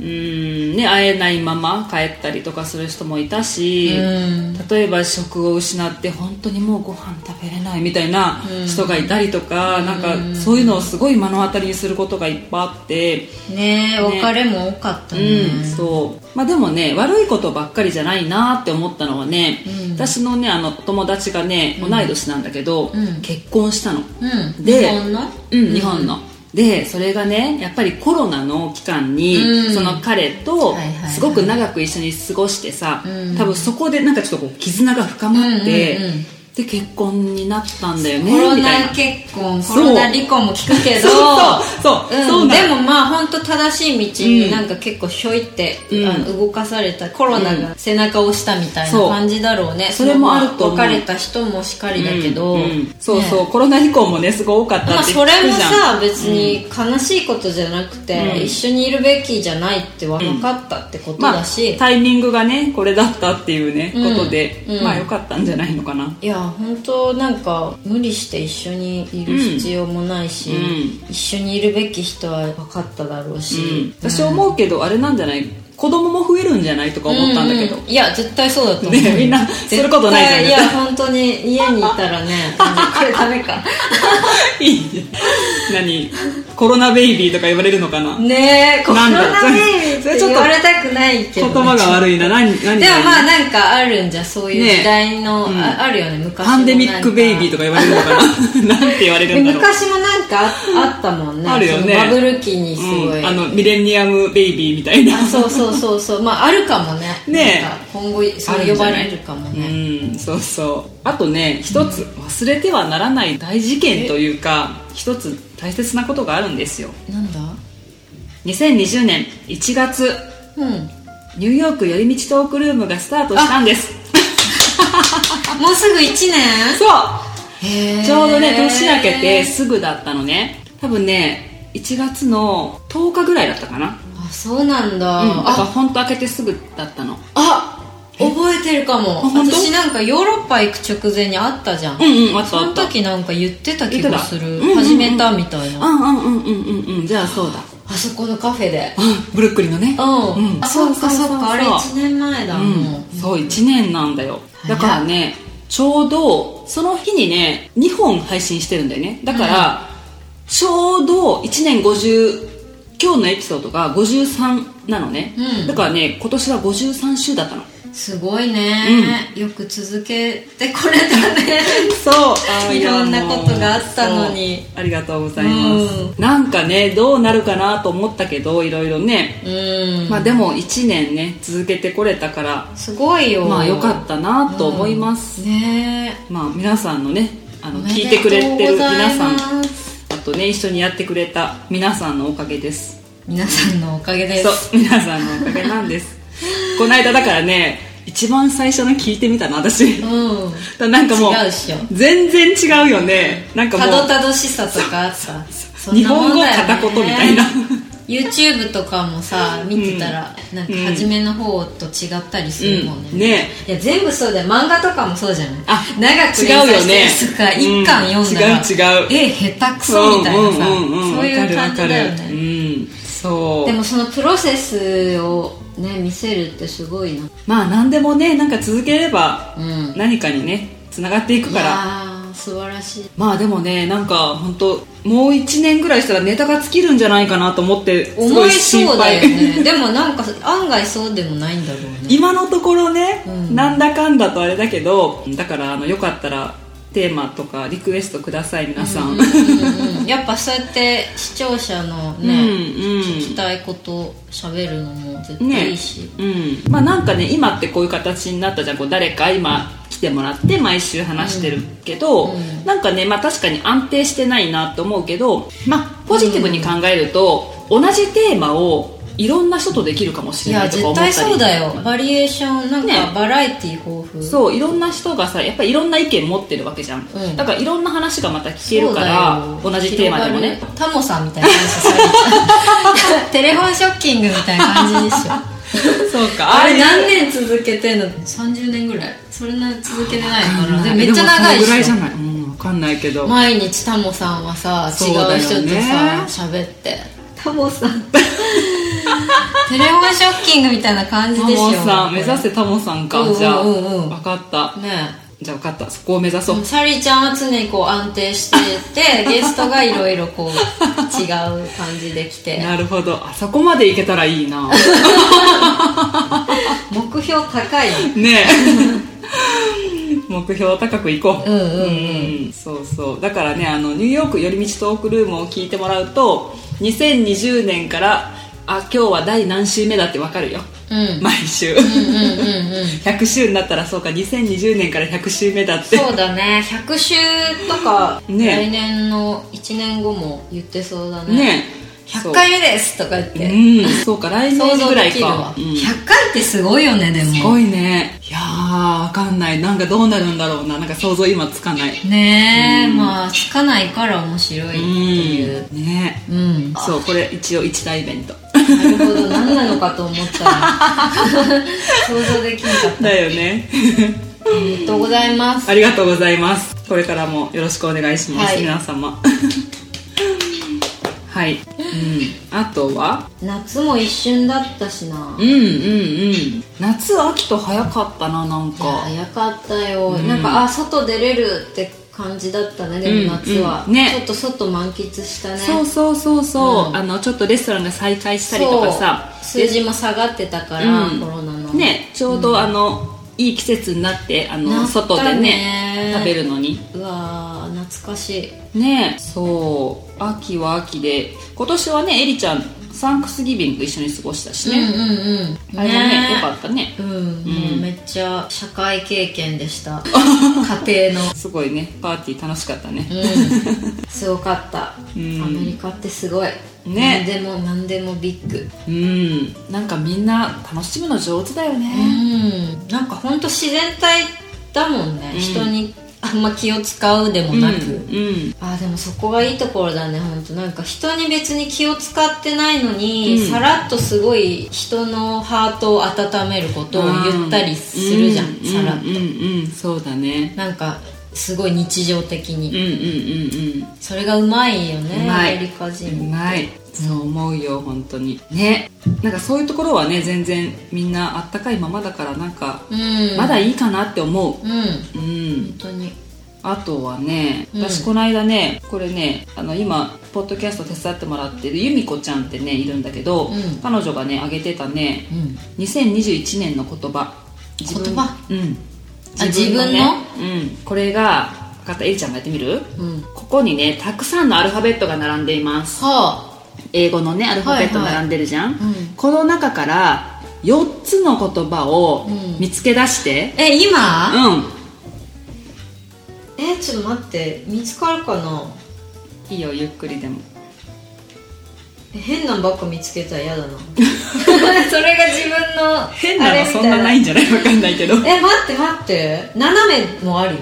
Speaker 1: うんね、会えないまま帰ったりとかする人もいたし、
Speaker 2: うん
Speaker 1: 例えば職を失って本当にもうご飯食べれないみたいな人がいたりとか、なんかそういうのをすごい目の当たりにすることがいっぱいあって、
Speaker 2: ねえ別れも多かったね
Speaker 1: うん、そう、まあ、でもね悪いことばっかりじゃないなって思ったのはね、
Speaker 2: うん
Speaker 1: 私のねあの友達がね同い年なんだけど、
Speaker 2: うん
Speaker 1: 結婚したの、
Speaker 2: うん
Speaker 1: で
Speaker 2: 日本の
Speaker 1: うん、日本の。でそれがねやっぱりコロナの期間に、
Speaker 2: うん
Speaker 1: その彼と
Speaker 2: はいはいはい
Speaker 1: すごく長く一緒に過ごしてさ、
Speaker 2: うん
Speaker 1: 多分そこでなんかちょっとこう絆が深まって、
Speaker 2: うんうんうん
Speaker 1: で結婚になったんだよね
Speaker 2: コロ
Speaker 1: みたい
Speaker 2: ナ
Speaker 1: な
Speaker 2: 結婚
Speaker 1: そ
Speaker 2: コ
Speaker 1: う
Speaker 2: ロナ離婚も聞くけ
Speaker 1: そ
Speaker 2: ど
Speaker 1: うそうそうそう
Speaker 2: うん、
Speaker 1: な
Speaker 2: で
Speaker 1: の
Speaker 2: もまあ本当正しい道
Speaker 1: うん
Speaker 2: になんか結構ひょいって、
Speaker 1: うん
Speaker 2: あの動かされたコロナが背中を押したみたいな
Speaker 1: そう
Speaker 2: 感じだろうね
Speaker 1: それもあると思う
Speaker 2: ま別れた人もしかりだけど、
Speaker 1: うんうんそうそう、
Speaker 2: ね
Speaker 1: コロナ以降もねすごい多かったって
Speaker 2: まあ、
Speaker 1: 聞くじ
Speaker 2: そ
Speaker 1: ゃん、
Speaker 2: れもさ別に悲しいことじゃなくて、
Speaker 1: うん
Speaker 2: 一緒にいるべきじゃないって分かったってこと
Speaker 1: まあ
Speaker 2: だし、、
Speaker 1: タイミングがねこれだったっていうね、
Speaker 2: うん
Speaker 1: ことで、
Speaker 2: うん
Speaker 1: まあよかったんじゃないのかない
Speaker 2: や本当なんか無理して一緒にいる必要もないし、
Speaker 1: う
Speaker 2: 一緒にいるべき人は分かっただろうし、
Speaker 1: うん、私
Speaker 2: う
Speaker 1: 思うけどあれなんじゃない子供も増えるんじゃないとか思ったんだけど、
Speaker 2: うういや絶対そうだと思う、
Speaker 1: ねみんな
Speaker 2: 絶対
Speaker 1: することないじゃん
Speaker 2: いや本当に家にいたらね
Speaker 1: <laughs>
Speaker 2: あのこれダメか
Speaker 1: いいね <laughs> 何コロナベイビーとか言われるのかな
Speaker 2: ねえコロ
Speaker 1: なん
Speaker 2: ナ
Speaker 1: だ
Speaker 2: ベイビーっ
Speaker 1: それ
Speaker 2: て
Speaker 1: ちょっ
Speaker 2: 言
Speaker 1: と
Speaker 2: われたくないけ
Speaker 1: 言
Speaker 2: どね、
Speaker 1: 葉が悪いな何何
Speaker 2: でもまあなんかあるんじゃそういう時代の、
Speaker 1: ねうん
Speaker 2: ああるよね昔の
Speaker 1: パンデミックベイビーとか言われるのかなな
Speaker 2: <laughs>
Speaker 1: んて言われるんだろう
Speaker 2: 昔もなんかああったもんね
Speaker 1: あるよね
Speaker 2: そのバブル期にすごい、
Speaker 1: うん、あのミレニアムベイビーみたいな
Speaker 2: あそうそうそうそうまああるかもね
Speaker 1: ねえ
Speaker 2: なんか今後そう呼ばれるかもね
Speaker 1: うんそうそうあとね一つ忘れてはならない大事件というか一つ大切なことがあるんですよ
Speaker 2: なんだ
Speaker 1: 2020年1月
Speaker 2: うん
Speaker 1: ニューヨーク寄り道トークルームがスタートしたんです
Speaker 2: もうすぐ1年
Speaker 1: そう
Speaker 2: へー
Speaker 1: ちょうどね年明けてすぐだったのね多分ね1月の10日ぐらいだったかな
Speaker 2: あそうなんだ、
Speaker 1: うん、だから
Speaker 2: あ
Speaker 1: 本当開けてすぐだったの
Speaker 2: あ覚えてるかも
Speaker 1: あ本当
Speaker 2: 私なんかヨーロッパ行く直前に会ったじゃん、
Speaker 1: うんうんあった
Speaker 2: そ
Speaker 1: あ
Speaker 2: の
Speaker 1: った
Speaker 2: 時なんか言ってた気
Speaker 1: 言っ
Speaker 2: が
Speaker 1: てた
Speaker 2: する、
Speaker 1: うんうんうん
Speaker 2: 始めたみたいな、
Speaker 1: うんうんうんうんうんうんじゃあそうだ
Speaker 2: あそこのカフェで
Speaker 1: うんブルックリンのね
Speaker 2: うん、あそっかそっかあれ1年前だもん、
Speaker 1: うん、そう1年なんだよだ
Speaker 2: 早い
Speaker 1: からねちょうどその日にね2本配信してるんだよねだから、ちょうど1年50今日のエピソードが53なのね、
Speaker 2: うん
Speaker 1: だからね今年は53週だったの
Speaker 2: すごいね、よく続けてこれたね
Speaker 1: <laughs> そう
Speaker 2: いろんなことがあったのに
Speaker 1: そうありがとうございます、
Speaker 2: う
Speaker 1: なんかねどうなるかなと思ったけどいろいろね、
Speaker 2: うん、
Speaker 1: まあでも1年ね続けてこれたから
Speaker 2: すごいよ
Speaker 1: まあよかったなと思います、
Speaker 2: ね
Speaker 1: まあ、皆さんのねあ
Speaker 2: え
Speaker 1: の聞いてくれてる皆さんあ
Speaker 2: ん
Speaker 1: とね一緒にやってくれた皆さんのおかげです
Speaker 2: 皆さんのおかげです
Speaker 1: そう皆さんのおかげなんです <laughs> この間だからね一番最初の聞いてみたの私
Speaker 2: うん
Speaker 1: なんかもう
Speaker 2: 違うっしょ
Speaker 1: 全然違うよねなんかも
Speaker 2: た
Speaker 1: う
Speaker 2: どたどしさとかあったそん
Speaker 1: 日
Speaker 2: なも
Speaker 1: 本
Speaker 2: ん
Speaker 1: 語
Speaker 2: だよね
Speaker 1: 片言みたいな
Speaker 2: YouTube とかもさ見てたら、なんか初めの方と違ったりするもんね、
Speaker 1: うんね
Speaker 2: いや全部そうだよ漫画とかもそうじゃない
Speaker 1: あ
Speaker 2: 長く
Speaker 1: 違う
Speaker 2: 連
Speaker 1: よ
Speaker 2: 載
Speaker 1: ね
Speaker 2: してるとか一巻読んだら、
Speaker 1: うん違う違う
Speaker 2: え下手くそみたいなさ、
Speaker 1: んんんん
Speaker 2: そういう感じだよ
Speaker 1: わかるわかる
Speaker 2: ね
Speaker 1: うんそう
Speaker 2: でもそのプロセスをね見せるってすごいな
Speaker 1: まあ何でもねなんか続ければ
Speaker 2: うん
Speaker 1: 何かにねつながっていく
Speaker 2: い
Speaker 1: から
Speaker 2: やー素晴らしい
Speaker 1: まあでもねなんか本当もう1年ぐらいしたらネタが尽きるんじゃないかなと思ってす
Speaker 2: 思
Speaker 1: ご
Speaker 2: え
Speaker 1: い心
Speaker 2: そうだ
Speaker 1: 配
Speaker 2: よ <laughs> ねでもなんか案外そうでもないんだろうね
Speaker 1: 今のところね、
Speaker 2: うん
Speaker 1: なんだかんだとあれだけどだからあのよかったらテーマとかリクエストください皆さん、うん、
Speaker 2: うんうんやっぱそうやって視聴者のね、
Speaker 1: うん
Speaker 2: 聞きたいこと喋るのも絶対い
Speaker 1: ね
Speaker 2: いし、
Speaker 1: うん、まあなんかね今ってこういう形になったじゃんこう誰か今来てもらって毎週話してるけど、
Speaker 2: うんうん
Speaker 1: なんかねまあ確かに安定してないなと思うけどまあポジティブに考えると、同じテーマをいろんな人とできるかもし
Speaker 2: い
Speaker 1: れな
Speaker 2: や
Speaker 1: いとか思
Speaker 2: 絶
Speaker 1: ったり
Speaker 2: 対そうだよバリエーションなん
Speaker 1: ね
Speaker 2: かバラエティ豊富、
Speaker 1: そういろんな人がさやっぱりいろんな意見持ってるわけじゃん、
Speaker 2: うん
Speaker 1: だからいろんな話がまた聞けるから
Speaker 2: そうだ
Speaker 1: 同
Speaker 2: よ
Speaker 1: じテーマでもね
Speaker 2: 広がるタモさんみたいな感じされた <laughs> テレフォンショッキングみたいな感じでしょ
Speaker 1: そうか
Speaker 2: あ
Speaker 1: あ
Speaker 2: れ
Speaker 1: れ
Speaker 2: 何年続けてんの30年ぐらいそれな続けてないのかなで
Speaker 1: でも
Speaker 2: めっちゃ長い
Speaker 1: そのぐら
Speaker 2: で
Speaker 1: い
Speaker 2: し
Speaker 1: じ
Speaker 2: ょ
Speaker 1: ゃない、うん、わかんないけど、
Speaker 2: 毎日タモさんはさ違
Speaker 1: そうだ
Speaker 2: う
Speaker 1: よ
Speaker 2: 人と
Speaker 1: ね
Speaker 2: さ喋、ってタモさ <laughs> んテレモンショッキングみたいな感じ
Speaker 1: タ
Speaker 2: でしょ
Speaker 1: モさん目指せタモさんか、じゃあ、
Speaker 2: うんうんうん
Speaker 1: 分かった
Speaker 2: ね
Speaker 1: じゃあ分かったそこを目指そう、
Speaker 2: えサリちゃんは常にこう安定して
Speaker 1: <laughs>
Speaker 2: てゲストがいろいろこう違う感じで来
Speaker 1: <laughs>
Speaker 2: て
Speaker 1: なるほどあそこまでいけたらいい
Speaker 2: <laughs>
Speaker 1: な
Speaker 2: 目標高い
Speaker 1: ねえ <laughs> 目標高くいこう
Speaker 2: うんうんうん
Speaker 1: うんそうそうだからねあのニューヨーク寄り道トークルームを聞いてもらうと2020年からあ今日は第何週目だって分かるよ
Speaker 2: うんうん
Speaker 1: 毎週
Speaker 2: うんうんうん
Speaker 1: 100週になったらそうか2020年から100週目だって
Speaker 2: そうだね100周とか、
Speaker 1: ね
Speaker 2: 来年の1年後も言ってそうだね
Speaker 1: ね
Speaker 2: 100回目ですとか言って、
Speaker 1: うんそうか来
Speaker 2: 想
Speaker 1: 年
Speaker 2: 像
Speaker 1: ぐら
Speaker 2: で
Speaker 1: い
Speaker 2: きるわ
Speaker 1: か、、うんす
Speaker 2: 100回ってすごいよねでも
Speaker 1: ごいねいやーわかんないなんかどうなるんだろうななんか想像今つかない
Speaker 2: ねえ、まあつかないから面白いっていう
Speaker 1: うんね
Speaker 2: うん、
Speaker 1: そうこれ一応一大イベント <laughs>
Speaker 2: なるほど何なのかと思ったら
Speaker 1: <laughs>
Speaker 2: 想像できなかっ
Speaker 1: だよね
Speaker 2: たありがとうございます
Speaker 1: ありがとうございますこれからもよろしくお願いします、
Speaker 2: はい
Speaker 1: 皆様 <laughs> はい、うん、あとは
Speaker 2: 夏も一瞬だったしな
Speaker 1: うんうんうん夏秋と早かったななん
Speaker 2: いや
Speaker 1: か
Speaker 2: 早かったよ、なんかあ外出れるって感じだったねでも夏は、
Speaker 1: うんうんね
Speaker 2: ちょっと外満喫したね
Speaker 1: そうそうそうそう、
Speaker 2: うん
Speaker 1: あのちょっとレストランが再開したりとかさ
Speaker 2: そう数字も下がってたから、
Speaker 1: うん
Speaker 2: コロナの
Speaker 1: ねちょうど、あのいい季節になってあ
Speaker 2: な
Speaker 1: の
Speaker 2: ったね
Speaker 1: 外でね食べるのに
Speaker 2: うわー懐かしい
Speaker 1: ねそう秋は秋で今年はねエリちゃんサンクスギビング一緒に過ごしたしね、
Speaker 2: うんうんうん
Speaker 1: あれもねよか
Speaker 2: っ
Speaker 1: ったね
Speaker 2: たうん、もうめっちゃ社会経験でした
Speaker 1: <laughs>
Speaker 2: 家庭の
Speaker 1: すごいねパーティー楽しかったね、
Speaker 2: うんすごかった、
Speaker 1: ん
Speaker 2: アメリカってすごい
Speaker 1: ね
Speaker 2: 何でも何でもビッグ
Speaker 1: うんなんかみんな楽しむの上手だよ
Speaker 2: う
Speaker 1: ね、
Speaker 2: んなんかほんと自然体だもんね、人にあんま気を使うでも
Speaker 1: うん、
Speaker 2: なく、
Speaker 1: うん
Speaker 2: あーでもそこがいいところだね本当なんか人に別に気を使ってないのに、
Speaker 1: うん
Speaker 2: さらっとすごい人のハートを温めることを言ったりするじゃん、
Speaker 1: う
Speaker 2: さらっ
Speaker 1: う
Speaker 2: と、
Speaker 1: んうん、うん、そうだね
Speaker 2: なんかすごい日常的
Speaker 1: うん
Speaker 2: に、
Speaker 1: うんうんうん
Speaker 2: それがうまいよね
Speaker 1: うまい
Speaker 2: アメリカ人
Speaker 1: うまいそう思うよ本当にねなんかそういうところはね全然みんなあったかいままだからなんか、
Speaker 2: うん
Speaker 1: まだいいかなって思う
Speaker 2: うん本
Speaker 1: うん
Speaker 2: 当に
Speaker 1: あとはね
Speaker 2: うん
Speaker 1: 私この間ね、これねあの今ポッドキャスト手伝ってもらってる由美子ちゃんってねいるんだけど、
Speaker 2: うん
Speaker 1: 彼女がねあげてたね
Speaker 2: うん
Speaker 1: 2021年の言葉
Speaker 2: 言葉
Speaker 1: うん
Speaker 2: あ
Speaker 1: うん、これが分かったエリちゃんがやってみる
Speaker 2: うんは
Speaker 1: ここにねたくさんのアルファベットが並んでいます
Speaker 2: あ
Speaker 1: 英語のねアルファベット並んでるじゃん、
Speaker 2: いうん
Speaker 1: この中から4つの言葉を
Speaker 2: うん
Speaker 1: 見つけ出して
Speaker 2: え今、
Speaker 1: うん、
Speaker 2: えちょっと待って見つかるかない
Speaker 1: いよゆっくりでも
Speaker 2: え変なんばっか見つけたら嫌だなそれが自分の
Speaker 1: <laughs> 変な
Speaker 2: あれ
Speaker 1: の
Speaker 2: みた
Speaker 1: そんなないんじゃないわかんないけど
Speaker 2: え待って待って斜めもある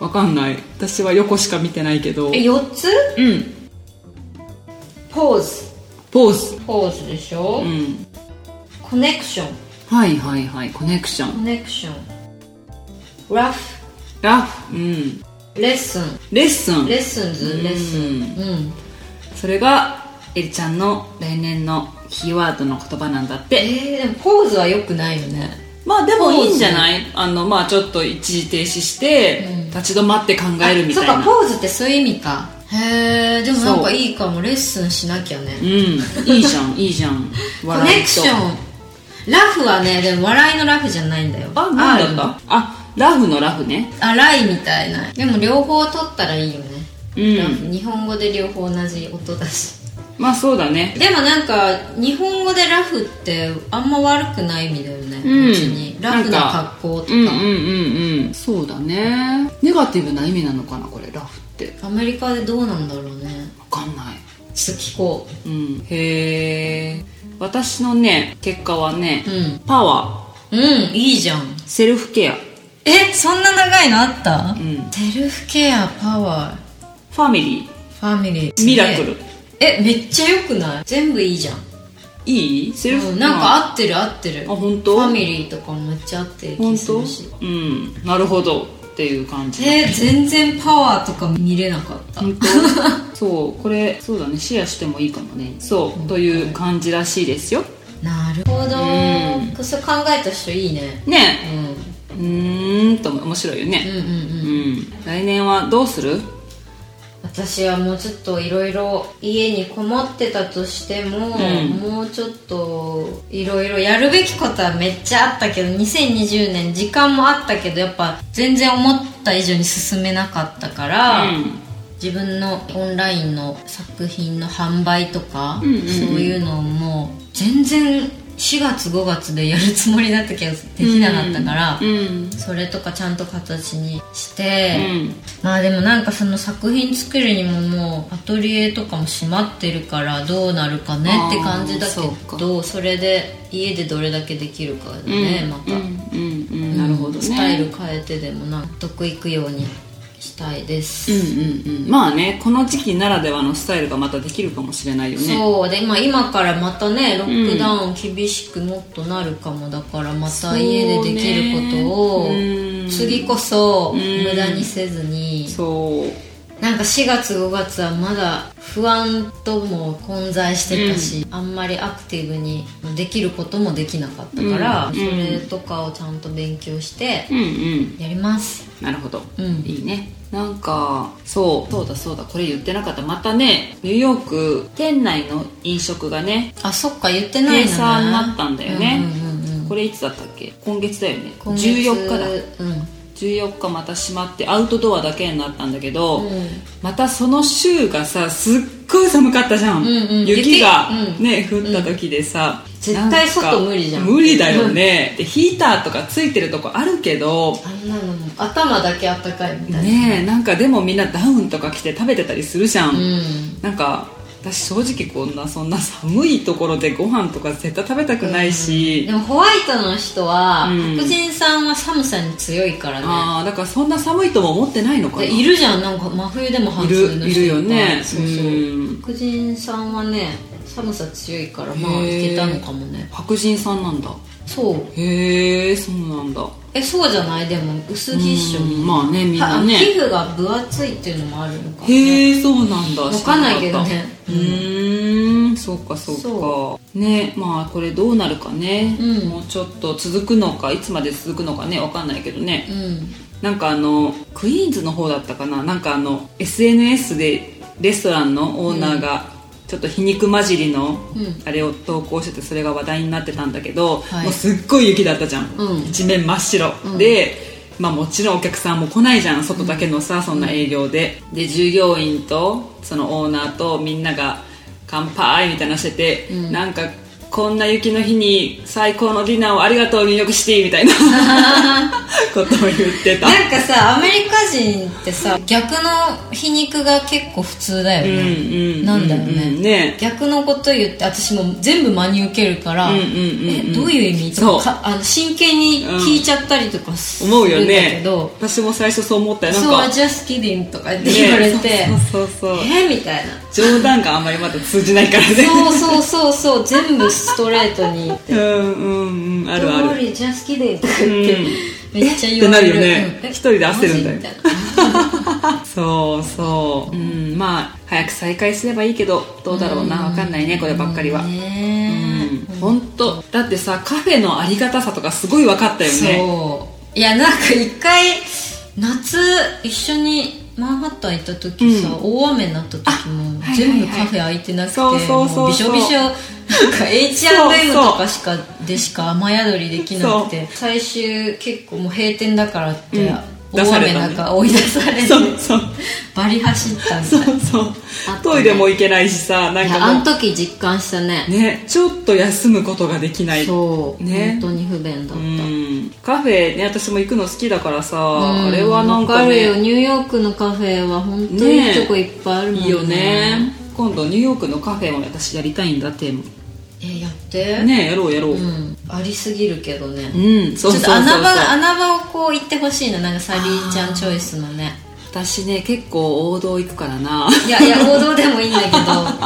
Speaker 1: わかんない私は横しか見てないけど
Speaker 2: え4つ
Speaker 1: うん
Speaker 2: ポーズ
Speaker 1: ポーズ
Speaker 2: ポーズでしょ、
Speaker 1: うん
Speaker 2: コネクション
Speaker 1: はいはいはいコネクショ
Speaker 2: コ
Speaker 1: ン
Speaker 2: ネクションラフ
Speaker 1: ラフうん
Speaker 2: レッスン
Speaker 1: レッスン
Speaker 2: レッスンズレッスンうん
Speaker 1: それがえりちゃんの来年のキーワードの言葉なんだって
Speaker 2: えー、でもポーズはよくないよね
Speaker 1: まあでもいいんじゃないあのまあちょっと一時停止して、
Speaker 2: うん
Speaker 1: 立ち止まって考えるみたい
Speaker 2: あ
Speaker 1: な
Speaker 2: そっかポーズってそういう意味かへえでもなん
Speaker 1: そ
Speaker 2: か
Speaker 1: う
Speaker 2: いいかもレッスンしなきゃね
Speaker 1: うんいいじゃんいいじゃん
Speaker 2: コネ
Speaker 1: い
Speaker 2: クションラフはねでも笑いのラフじゃないんだよ
Speaker 1: あなんだ
Speaker 2: R
Speaker 1: ったあラフのラフね
Speaker 2: あライみたいなでも両方取ったらいいよね、
Speaker 1: うん
Speaker 2: ラフ日本語で両方同じ音だし
Speaker 1: まあそうだね
Speaker 2: でもなんか日本語でラフってあんま悪くない意味だよね、
Speaker 1: うん
Speaker 2: 別にラフな格好とか
Speaker 1: うんうんうんうんそうだねネガティブな意味なのかなこれラフって
Speaker 2: アメリカでどうなんだろうね
Speaker 1: 分かんない
Speaker 2: ちょっと聞こ
Speaker 1: うんへえ私のね結果はね、
Speaker 2: ううん
Speaker 1: パワー
Speaker 2: うんいいじゃん
Speaker 1: セルフケア
Speaker 2: えそんな長いのあった、
Speaker 1: ん
Speaker 2: セルフケアパワー
Speaker 1: ファミリ
Speaker 2: ファミリー
Speaker 1: ーミラクル
Speaker 2: えめっちゃよくない全部いいじゃん
Speaker 1: いいセルフ、
Speaker 2: うん、なんか合ってる合ってる
Speaker 1: あ本当
Speaker 2: ファミリーとかもめっちゃ合ってる
Speaker 1: 本
Speaker 2: 気す
Speaker 1: 当
Speaker 2: るし
Speaker 1: うんなるほどっていう感じ
Speaker 2: えー、全然パワーとか見れなかった
Speaker 1: 本当そうこれそうだねシェアしてもいいかもねそうという感じらしいですよ
Speaker 2: なるほど
Speaker 1: う
Speaker 2: それ考えた人いいね
Speaker 1: ね
Speaker 2: うん
Speaker 1: えうーんとも面白いよ
Speaker 2: うん
Speaker 1: ね
Speaker 2: うんうん
Speaker 1: うん来年はどうする
Speaker 2: 私はもうちょっといろいろ家にこもってたとしても、
Speaker 1: ん
Speaker 2: もうちょっといろいろやるべきことはめっちゃあったけど2020年時間もあったけどやっぱ全然思った以上に進めなかったから、
Speaker 1: う
Speaker 2: 自分のオンラインの作品の販売とか、
Speaker 1: んうんうん
Speaker 2: そういうのも全然4月5月でやるつもりだったけどできなかったから、
Speaker 1: んうん
Speaker 2: それとかちゃんと形にして。
Speaker 1: うん
Speaker 2: まあでもなんかその作品作るにももうアトリエとかも閉まってるからどうなるかね
Speaker 1: あー
Speaker 2: って感じだ
Speaker 1: そう
Speaker 2: け
Speaker 1: か
Speaker 2: どそれで家でどれだけできるかだね、
Speaker 1: うん
Speaker 2: また、
Speaker 1: うんうんうんなるほどね
Speaker 2: スタイル変えてでも納得いくようにしたいです、
Speaker 1: うんうんうんまあねこの時期ならではのスタイルがまたできるかもしれないよね
Speaker 2: そうで、まあ、今からまたねロックダウン厳しくもっとなるかもだからまた家でできることを
Speaker 1: そうねうん
Speaker 2: 次こそ
Speaker 1: ん
Speaker 2: 無駄にせずに
Speaker 1: そう
Speaker 2: なんか4月5月はまだ不安とも混在してたし、あんまりアクティブにできることもできなかったから、
Speaker 1: うん
Speaker 2: それとかをちゃんと勉強して
Speaker 1: うんうん
Speaker 2: やります
Speaker 1: なるほど、
Speaker 2: うん
Speaker 1: いいねなんかそうそうだそうだこれ言ってなかったまたねニューヨーク店内の飲食がね
Speaker 2: あそっか言ってない
Speaker 1: 閉
Speaker 2: のね
Speaker 1: 鎖になったんだよね、
Speaker 2: うんうんうんうん
Speaker 1: これいつだったっけ今月だよね
Speaker 2: 今月
Speaker 1: 14日だ
Speaker 2: うん
Speaker 1: 14日また閉まってアウトドアだけになったんだけど、
Speaker 2: うん
Speaker 1: またその週がさすっごい寒かったじゃん、
Speaker 2: うんうん
Speaker 1: 雪が
Speaker 2: 雪うん
Speaker 1: ね、降った時でさ、
Speaker 2: 絶
Speaker 1: なん
Speaker 2: 対
Speaker 1: か
Speaker 2: 外無理じゃん
Speaker 1: 無理だよね、でヒーターとかついてるとこあるけど
Speaker 2: あんなのも頭だけあったかいみたいな
Speaker 1: ねえなんかでもみんなダウンとか着て食べてたりするじゃん、
Speaker 2: うん
Speaker 1: なんか私正直こんなそんな寒いところでご飯とか絶対食べたくないし、
Speaker 2: でもホワイトの人は、
Speaker 1: うん
Speaker 2: 白人さんは寒さに強いからね
Speaker 1: ああだからそんな寒いとも思ってないのかな
Speaker 2: でいるじゃんなんか真冬でも半袖の人
Speaker 1: いるいるよね
Speaker 2: そうそう
Speaker 1: うん
Speaker 2: 黒人さんはね寒さ強いからまあ
Speaker 1: へー
Speaker 2: いけたのかもね
Speaker 1: 白人さんなんだ
Speaker 2: そう
Speaker 1: へえそうなんだ
Speaker 2: えそうじゃないでも薄着っしょ
Speaker 1: うんまあねみんな
Speaker 2: は
Speaker 1: ね
Speaker 2: 皮膚が分厚いっていうのもあるのかもね
Speaker 1: へえそうなんだ
Speaker 2: わかんないけどね
Speaker 1: 知らなかったうーんそうかそうか
Speaker 2: そ
Speaker 1: ねまあこれどうなるかね、
Speaker 2: うん
Speaker 1: もうちょっと続くのかいつまで続くのかねわかんないけどね
Speaker 2: うん
Speaker 1: なんかあのクイーンズの方だったかななんかあの SNS でレストランのオーナーが、ちょっと皮肉交じりの
Speaker 2: うん
Speaker 1: あれを投稿しててそれが話題になってたんだけど、
Speaker 2: はい
Speaker 1: もうすっごい雪だったじゃん、
Speaker 2: うん
Speaker 1: 一面真っ白、
Speaker 2: うん
Speaker 1: で、まあ、もちろんお客さんも来ないじゃん外だけのさ、そんな営業でで従業員とそのオーナーとみんなが「乾杯」みたいなのしてて、
Speaker 2: うん
Speaker 1: なんかこんな雪の日に最高のディナーをありがとうニューヨークシティみたいな <laughs> ことを言ってた
Speaker 2: なんかさアメリカ人ってさ逆の皮肉が結構普通だよ
Speaker 1: うんう
Speaker 2: ね、
Speaker 1: ん
Speaker 2: なんだろうね
Speaker 1: うんね
Speaker 2: 逆のこと言って私も全部真に受けるから、
Speaker 1: うんうんうんうん
Speaker 2: えどういう意味
Speaker 1: そう
Speaker 2: とかあの真剣に聞いちゃったりとかするん
Speaker 1: 思うよ
Speaker 2: だ
Speaker 1: ね
Speaker 2: けど、
Speaker 1: 私も最初そう思ったよなん
Speaker 2: そう、
Speaker 1: か
Speaker 2: アジャスキリンとかって言われて、
Speaker 1: ねそうそうそうそう
Speaker 2: えみたいな。
Speaker 1: 冗談があんまりまだ通じないからね
Speaker 2: そうそうそうそう、全部ストレートに。
Speaker 1: うんうん <laughs> うんあるある
Speaker 2: 通り、アジャスキリンとか言って、めっちゃ言われる。
Speaker 1: ってなるよね
Speaker 2: うんえ
Speaker 1: 一人で焦るんだよ
Speaker 2: マジみたいな
Speaker 1: そうそううんまあ早く再開すればいいけどどう <laughs> だろうなわかんないねこればっかりはう
Speaker 2: ね
Speaker 1: ん本当だってさカフェのありがたさとかすごい分かったよね
Speaker 2: そう。いや、なんか一回、夏、一緒に、マンハッタン行った時さ、大雨になった時も
Speaker 1: あはいはいはい
Speaker 2: 全部カフェ開いてなくて
Speaker 1: そうそうそうそう
Speaker 2: もうびしょびしょなんか H&M とかしかでしか雨宿りできなくて最終結構もう閉店だからって、
Speaker 1: うん出
Speaker 2: 大
Speaker 1: され
Speaker 2: 雨
Speaker 1: た
Speaker 2: な
Speaker 1: ね
Speaker 2: んか追い出されて
Speaker 1: そうそう
Speaker 2: <laughs> バリ走ったみた
Speaker 1: そ
Speaker 2: いな
Speaker 1: うそう
Speaker 2: あとね
Speaker 1: トイレも行けないしさなん
Speaker 2: いやあ
Speaker 1: かも
Speaker 2: の時実感したね
Speaker 1: うねちょっと休むことができない
Speaker 2: そう、
Speaker 1: ね
Speaker 2: 本当に不便だ
Speaker 1: う
Speaker 2: った、
Speaker 1: んカフェね私も行くの好きだからさ、
Speaker 2: うん
Speaker 1: あれはなんか,、
Speaker 2: わるよ
Speaker 1: ね、
Speaker 2: ニューヨークのカフェは本当に
Speaker 1: ね
Speaker 2: いいとこいっぱいあるもんね
Speaker 1: いいよね今度ニューヨークのカフェも私やりたいんだって
Speaker 2: えやって
Speaker 1: ねやろうやろう
Speaker 2: う
Speaker 1: うん、
Speaker 2: んありすぎるけどね
Speaker 1: そうそうそうそう
Speaker 2: ちょっと穴場穴場をこう行ってほしいのなんかサリーちゃんチョイスのね
Speaker 1: 私ね結構王道行くからな <laughs>
Speaker 2: いやいや王道でもいいんだけど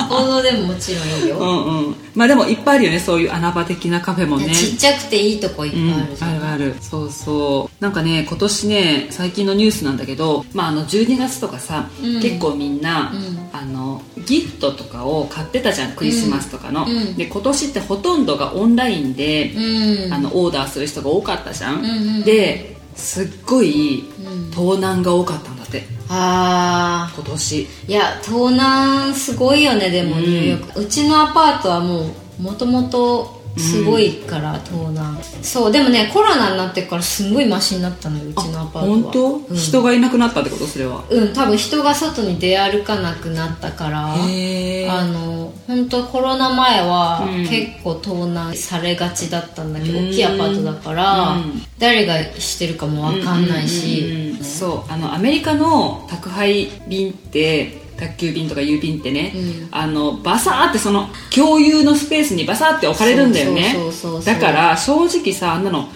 Speaker 2: 王道でももちろんいいよ、
Speaker 1: うんうんまあでもいっぱいあるよねそういう穴場的なカフェも
Speaker 2: い
Speaker 1: ね
Speaker 2: やちっちゃくていいとこいっぱいあるじゃん、
Speaker 1: うん、あるあるそうそうなんかね今年ね最近のニュースなんだけど、まあ、あの12月とかさ、
Speaker 2: うん
Speaker 1: 結構みんな、
Speaker 2: うん
Speaker 1: あのギフトとかを買ってたじゃんクリスマスとかの、
Speaker 2: うんうん
Speaker 1: で今年ってほとんどがオンラインで、
Speaker 2: うん
Speaker 1: あのオーダーする人が多かったじゃん、
Speaker 2: うんうん
Speaker 1: ですっごい
Speaker 2: うん
Speaker 1: 盗難が多かったんだって
Speaker 2: あ
Speaker 1: 今年
Speaker 2: ーいや盗難すごいよねでも
Speaker 1: うん
Speaker 2: ニューヨーク、うちのアパートはもうもともとすごいから、盗難そうでもねコロナになってからすんごいマシになったのようちのアパートは
Speaker 1: 本当、
Speaker 2: うん、
Speaker 1: 人がいなくなったってことそれは
Speaker 2: うん多分人が外に出歩かなくなったから
Speaker 1: へー
Speaker 2: あの本当コロナ前は
Speaker 1: うん
Speaker 2: 結構盗難されがちだったんだけど、
Speaker 1: うん
Speaker 2: 大きいアパートだから、
Speaker 1: うん
Speaker 2: 誰がしてるかもわかんないし、
Speaker 1: うんうんうんうんそうあのアメリカの宅配便って宅急便とか郵便ってね、
Speaker 2: うん
Speaker 1: あのバサーってその共有のスペースにバサーって置かれるんだよね
Speaker 2: そうそうそうそう
Speaker 1: だから正直さあんなの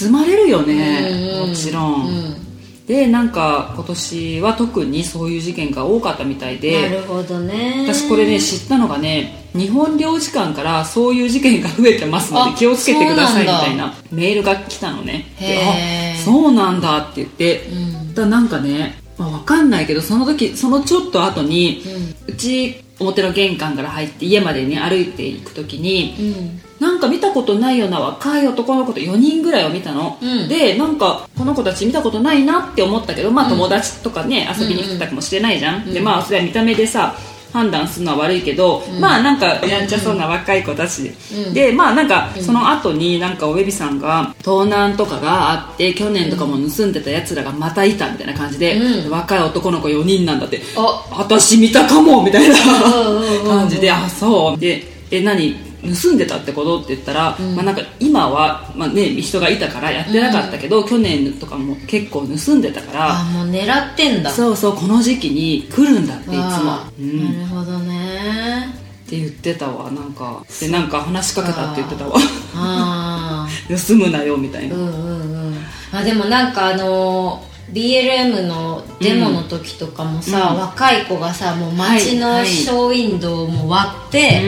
Speaker 1: 盗まれるよね、
Speaker 2: うう
Speaker 1: もちろん、
Speaker 2: うん
Speaker 1: でなんか今年は特にそういう事件が多かったみたい
Speaker 2: な
Speaker 1: で
Speaker 2: るほどね
Speaker 1: 私これね知ったのがね日本領事館からそういう事件が増えてますの
Speaker 2: あ
Speaker 1: で気をつけてくださいみ
Speaker 2: そうなん
Speaker 1: た
Speaker 2: だ
Speaker 1: いなメールが来たのねで
Speaker 2: へー
Speaker 1: あそうなんだって言って
Speaker 2: うん
Speaker 1: だなんかね、まあ、わかんないけどその時そのちょっと後にうち表の玄関から入って家までね歩いていく時に
Speaker 2: うん
Speaker 1: なんか見たことないような若い男の子と4人ぐらいを見たの、
Speaker 2: うん
Speaker 1: でなんかこの子たち見たことないなって思ったけどまあ
Speaker 2: うん
Speaker 1: 友達とかね、遊びに来たかもしれないじゃん、
Speaker 2: うん
Speaker 1: でまあそれは見た目でさ判断するのは悪いけど、
Speaker 2: うん
Speaker 1: まあなんかやんちゃそうな若い子たちで、
Speaker 2: うん
Speaker 1: でまあなんか
Speaker 2: うん
Speaker 1: その後になんかおべびさんが盗難とかがあって去年とかも盗んでたやつらがまたいたみたいな感じで、
Speaker 2: うん
Speaker 1: 若い男の子4人なんだって
Speaker 2: あ
Speaker 1: 私見たかもみたいな
Speaker 2: うんうんうんうん
Speaker 1: 感じであそうでえ何盗んでたってことって言ったら、
Speaker 2: うん
Speaker 1: まあ、なんか今は、まあね、人がいたからやってなかったけど、去年とかも結構盗んでたか
Speaker 2: あもう狙ってんだ
Speaker 1: らそうそうこの時期に来るんだっていつも、
Speaker 2: あ
Speaker 1: う
Speaker 2: ー
Speaker 1: ん、
Speaker 2: なるほどね
Speaker 1: って言ってたわなんかでなんか話しかけたって言ってたわ <laughs>
Speaker 2: ああ
Speaker 1: 盗むなよみたいな、
Speaker 2: うんうんうんあでもなんかあのー BLM のデモの時とかもさ、
Speaker 1: うん
Speaker 2: 若い子がさもう街
Speaker 1: は
Speaker 2: の
Speaker 1: い
Speaker 2: ショーウィンドウも割って、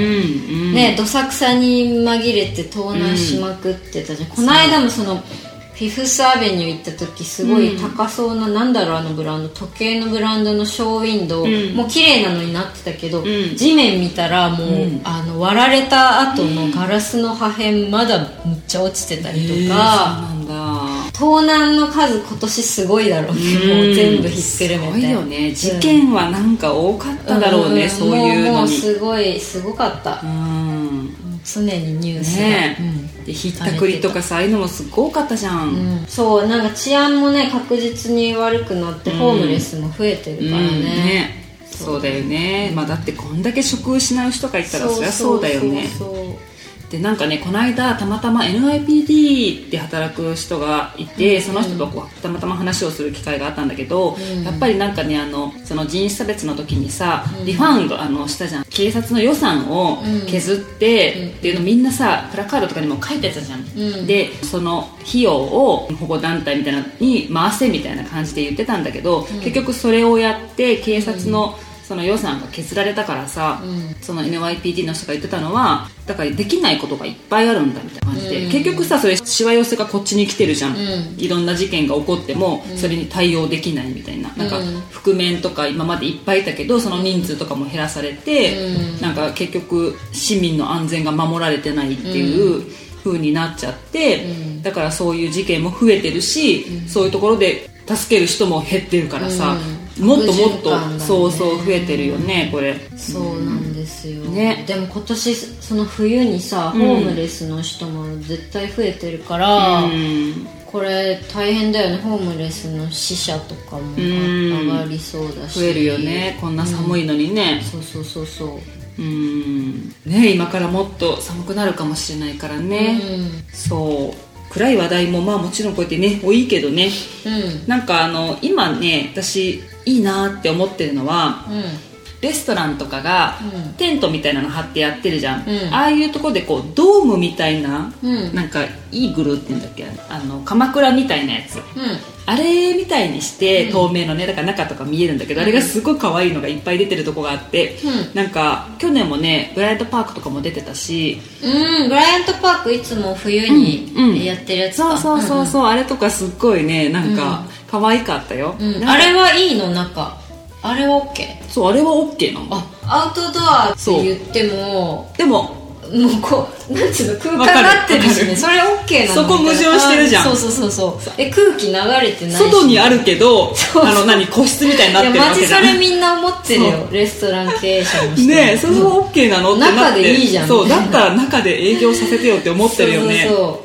Speaker 1: うんうん
Speaker 2: ねどさくさに紛れて盗難しまくってたじゃん、この間もそのフィフスアベニュー行った時すごい高そうな、なんだろうあのブランド時計のブランドのショーウィンドウ、
Speaker 1: うん
Speaker 2: もう綺麗なのになってたけど、
Speaker 1: ん
Speaker 2: 地面見たらもう、
Speaker 1: うん
Speaker 2: あの割られた後のガラスの破片まだむっちゃ落ちてたりとか、
Speaker 1: えーそうなんだ
Speaker 2: 盗難の数今年すごいだろうね、もう全部ひっくる
Speaker 1: す
Speaker 2: め
Speaker 1: ご
Speaker 2: て
Speaker 1: いよね事件はなんか多かっただろうね、
Speaker 2: ん
Speaker 1: そういう
Speaker 2: もも
Speaker 1: の
Speaker 2: う
Speaker 1: に
Speaker 2: すごいすごかった、
Speaker 1: うん
Speaker 2: 常にニュースが、
Speaker 1: ね
Speaker 2: うん
Speaker 1: え、でひったくりとかさああいうのもすっごい多かったじゃん、
Speaker 2: うんそうなんか治安もね確実に悪くなって、
Speaker 1: うん
Speaker 2: ホームレスも増えてるからね,、
Speaker 1: うんそうだよね、まあ、だってこんだけ職失う人がいたらそりゃそうだよね
Speaker 2: そうそう
Speaker 1: でなんかねこの間たまたま NIPD で働く人がいて、その人とこうたまたま話をする機会があったんだけど、
Speaker 2: うん
Speaker 1: やっぱりなんかねあのその人種差別の時にさ、リファウンドあのしたじゃん警察の予算を削って、
Speaker 2: うん
Speaker 1: っていうのみんなさプラカードとかにも書いてあったじゃん、
Speaker 2: うん
Speaker 1: でその費用を保護団体みたいなのに回せみたいな感じで言ってたんだけど、結局それをやって警察の、その予算が削られたからさ、
Speaker 2: うん
Speaker 1: その NYPD の人が言ってたのはだからできないことがいっぱいあるんだみたいな感じで、
Speaker 2: うん
Speaker 1: 結局さそれしわ寄せがこっちに来てるじゃん、
Speaker 2: うん
Speaker 1: いろんな事件が起こってもそれに対応できないみたいな,、なんか
Speaker 2: うん
Speaker 1: 覆面とか今までいっぱいいたけどその人数とかも減らされて、
Speaker 2: うん
Speaker 1: なんか結局市民の安全が守られてないっていう風になっちゃって、
Speaker 2: うん
Speaker 1: だからそういう事件も増えてるし、そういうところで助ける人も減ってるからさ、
Speaker 2: うん
Speaker 1: もっともっ
Speaker 2: 不
Speaker 1: と、
Speaker 2: 循環だね
Speaker 1: そうそう増えてるよねこれ
Speaker 2: そうなんですよ、
Speaker 1: ね
Speaker 2: でも今年その冬にさ、
Speaker 1: うん
Speaker 2: ホームレスの人も絶対増えてるから、
Speaker 1: うん
Speaker 2: これ大変だよねホームレスの死者とかも
Speaker 1: ん
Speaker 2: 上がりそうだし、
Speaker 1: 増えるよねこんな寒いのにね
Speaker 2: そうそうそうそう
Speaker 1: うんね今からもっと寒くなるかもしれないからね、そう暗い話題もまあもちろんこうやってね多いけどね
Speaker 2: うんうん
Speaker 1: なんかあの今ね私いいなって思ってるのは
Speaker 2: うん
Speaker 1: レストランとかが、
Speaker 2: うん
Speaker 1: テントみたいなの張ってやってるじゃん、
Speaker 2: うん
Speaker 1: ああいうとこでこうドームみたいな、
Speaker 2: うん
Speaker 1: なんかイーグルって言うんだっけあの鎌倉みたいなやつ
Speaker 2: う
Speaker 1: あれみたいにして、透明のねだから中とか見えるんだけど、あれがすごい可愛いのがいっぱい出てるとこがあって、
Speaker 2: う
Speaker 1: なんか去年もねブライトパークとかも出てたし
Speaker 2: ん、うん、ブライアントパークいつも冬
Speaker 1: うんうん
Speaker 2: にやってるやつか、
Speaker 1: そうそうそうそう、あれとかすっごいねなんか可愛かったよ、
Speaker 2: うん、うん
Speaker 1: な
Speaker 2: あ
Speaker 1: んか
Speaker 2: れはいいの中あれは OK
Speaker 1: そうあれは OK なの
Speaker 2: あアウトドアって言っても
Speaker 1: でも
Speaker 2: もうこうなんていうの空
Speaker 1: わかる
Speaker 2: 間になってるしね
Speaker 1: わ
Speaker 2: それ OK なの
Speaker 1: そこ矛盾してるじゃん
Speaker 2: あそうそうそうそうえ空気流れてないし
Speaker 1: 外にあるけど
Speaker 2: そう
Speaker 1: あの何個室みたいになって
Speaker 2: い
Speaker 1: る
Speaker 2: や
Speaker 1: わ
Speaker 2: マ
Speaker 1: け
Speaker 2: ジ
Speaker 1: じ
Speaker 2: そ
Speaker 1: ゃん
Speaker 2: れみんな思ってる
Speaker 1: そ
Speaker 2: よレストラン経営者の人
Speaker 1: ねえそれは OK なのってなって
Speaker 2: 中でいいじゃん
Speaker 1: そうだったら中で営業させてよって思ってるよね
Speaker 2: そ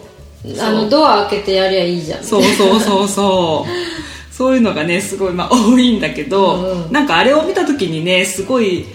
Speaker 2: うそうそう
Speaker 1: そ
Speaker 2: あの
Speaker 1: う
Speaker 2: ドア開けてやりゃいいじゃん
Speaker 1: そうそうそうそうそういうのがねすごい、まあ、多いんだけど、
Speaker 2: うんうん
Speaker 1: なんかあれを見た時にねすごい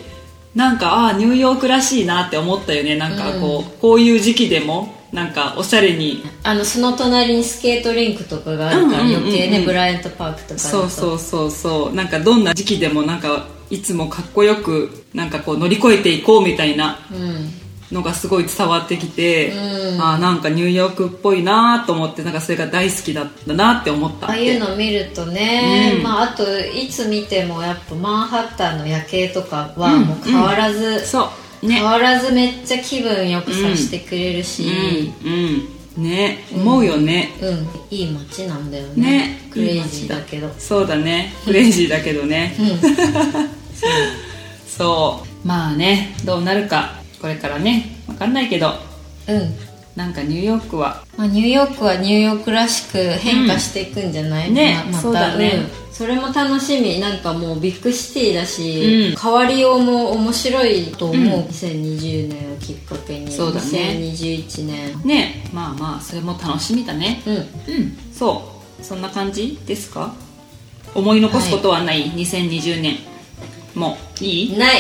Speaker 1: なんかああニューヨークらしいなって思ったよねなんかこう、こういう時期でもなんかおしゃれに
Speaker 2: あのその隣にスケートリンクとかがあるから
Speaker 1: うんうん
Speaker 2: 余
Speaker 1: うんうん
Speaker 2: 計ねブライアントパークとか
Speaker 1: そう
Speaker 2: う
Speaker 1: そうそうそうなんかどんな時期でもなんかいつもかっこよくなんかこう乗り越えていこうみたいな
Speaker 2: うん
Speaker 1: のがすごい伝わってきて、
Speaker 2: うん
Speaker 1: ああなんかニューヨークっぽいなと思ってなんかそれが大好きだったなって思った
Speaker 2: ああいうの見るとね、
Speaker 1: うん
Speaker 2: まあ、あといつ見てもやっぱマンハッタンの夜景とかはもう変わらず、
Speaker 1: そう
Speaker 2: 変
Speaker 1: ね
Speaker 2: わらずめっちゃ気分よくさせてくれるし、
Speaker 1: うんうんね思うよね、
Speaker 2: うんいい街なんだよね
Speaker 1: ね
Speaker 2: クレイジーだけど
Speaker 1: そうだねクレイジーだけどね
Speaker 2: うん
Speaker 1: <laughs> そうまあねどうなるかこれからね分かんないけど
Speaker 2: うん
Speaker 1: なんかニューヨークは
Speaker 2: まあ、ニューヨークはニューヨークらしく変化していくんじゃない、
Speaker 1: うんね
Speaker 2: まあまた
Speaker 1: そうだね
Speaker 2: んそれも楽しみなんかもうビッグシティだ
Speaker 1: う
Speaker 2: し、
Speaker 1: ん
Speaker 2: 変わりようも面白いと思う、
Speaker 1: うん
Speaker 2: 2020年をきっかけに
Speaker 1: そうだね
Speaker 2: 2021年
Speaker 1: ねまあまあそれも楽しみだね
Speaker 2: うん
Speaker 1: うんそうそんな感じですか思い残すことはない、2020年もういい <laughs>
Speaker 2: ない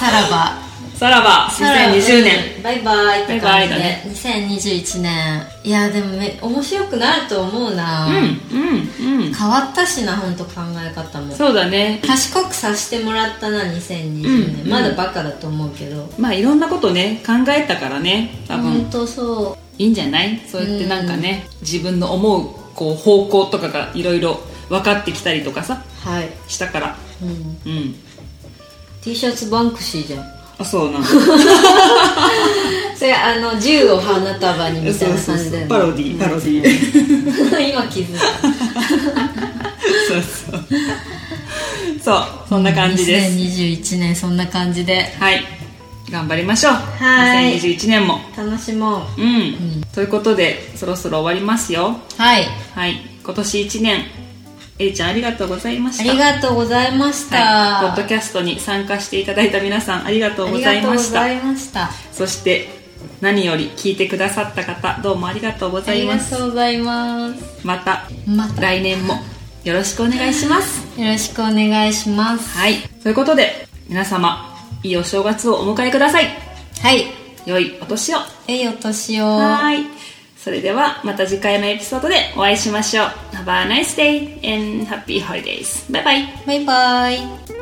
Speaker 2: さらば
Speaker 1: さらば
Speaker 2: さらば
Speaker 1: 2020年
Speaker 2: うんバイバイって
Speaker 1: バ
Speaker 2: 感
Speaker 1: イバ
Speaker 2: じで、
Speaker 1: イだね
Speaker 2: 2021年いやでもめ面白くなると思うな、
Speaker 1: うんうんうん
Speaker 2: 変わったしな本当考え方も
Speaker 1: そうだね
Speaker 2: 賢くさせてもらったな2020年、
Speaker 1: うん
Speaker 2: まだバカだと思うけど
Speaker 1: まあいろんなことね考えたからね多分、
Speaker 2: 本当そ
Speaker 1: いいんじゃないそうやってなんかね、自分の思うこう方向とかがいろいろ分かってきたりとかさ
Speaker 2: うはい、
Speaker 1: したから
Speaker 2: うん、
Speaker 1: うん
Speaker 2: T シャツバンクシーじゃん
Speaker 1: あそう <laughs> なんだ
Speaker 2: それあの銃を花束にみたいな
Speaker 1: そう
Speaker 2: 感
Speaker 1: そうそ
Speaker 2: じだよ
Speaker 1: う
Speaker 2: ね
Speaker 1: パロディーパロディー <laughs>
Speaker 2: <laughs> 今気づいた
Speaker 1: そうそうそうそんな感じです
Speaker 2: 2021年そんな感じで
Speaker 1: はい頑張りましょう
Speaker 2: はい
Speaker 1: 2021年も
Speaker 2: 楽しもう
Speaker 1: うん、ということでそろそろ終わりますよ
Speaker 2: はい
Speaker 1: はい今年1年 A ちゃんありがとうございまし
Speaker 2: あ
Speaker 1: た
Speaker 2: りがとうございました、
Speaker 1: はい、ポッドキャストに参加していただいた皆さんありがとうございました
Speaker 2: ありがとうございました
Speaker 1: そして何より聞いてくださった方どうもありがとうご
Speaker 2: あ
Speaker 1: ざい
Speaker 2: りが
Speaker 1: ます
Speaker 2: とうございます
Speaker 1: また
Speaker 2: また
Speaker 1: 来年もよろしくお願いします
Speaker 2: よろしくお願いします
Speaker 1: はいということで皆様いいお正月をお迎えください
Speaker 2: はい
Speaker 1: 良いお年を
Speaker 2: 良いお年を
Speaker 1: はいそれではまた次回のエピソードでお会いしましょう Have a nice day and happy holidays バイバイ
Speaker 2: バイバイ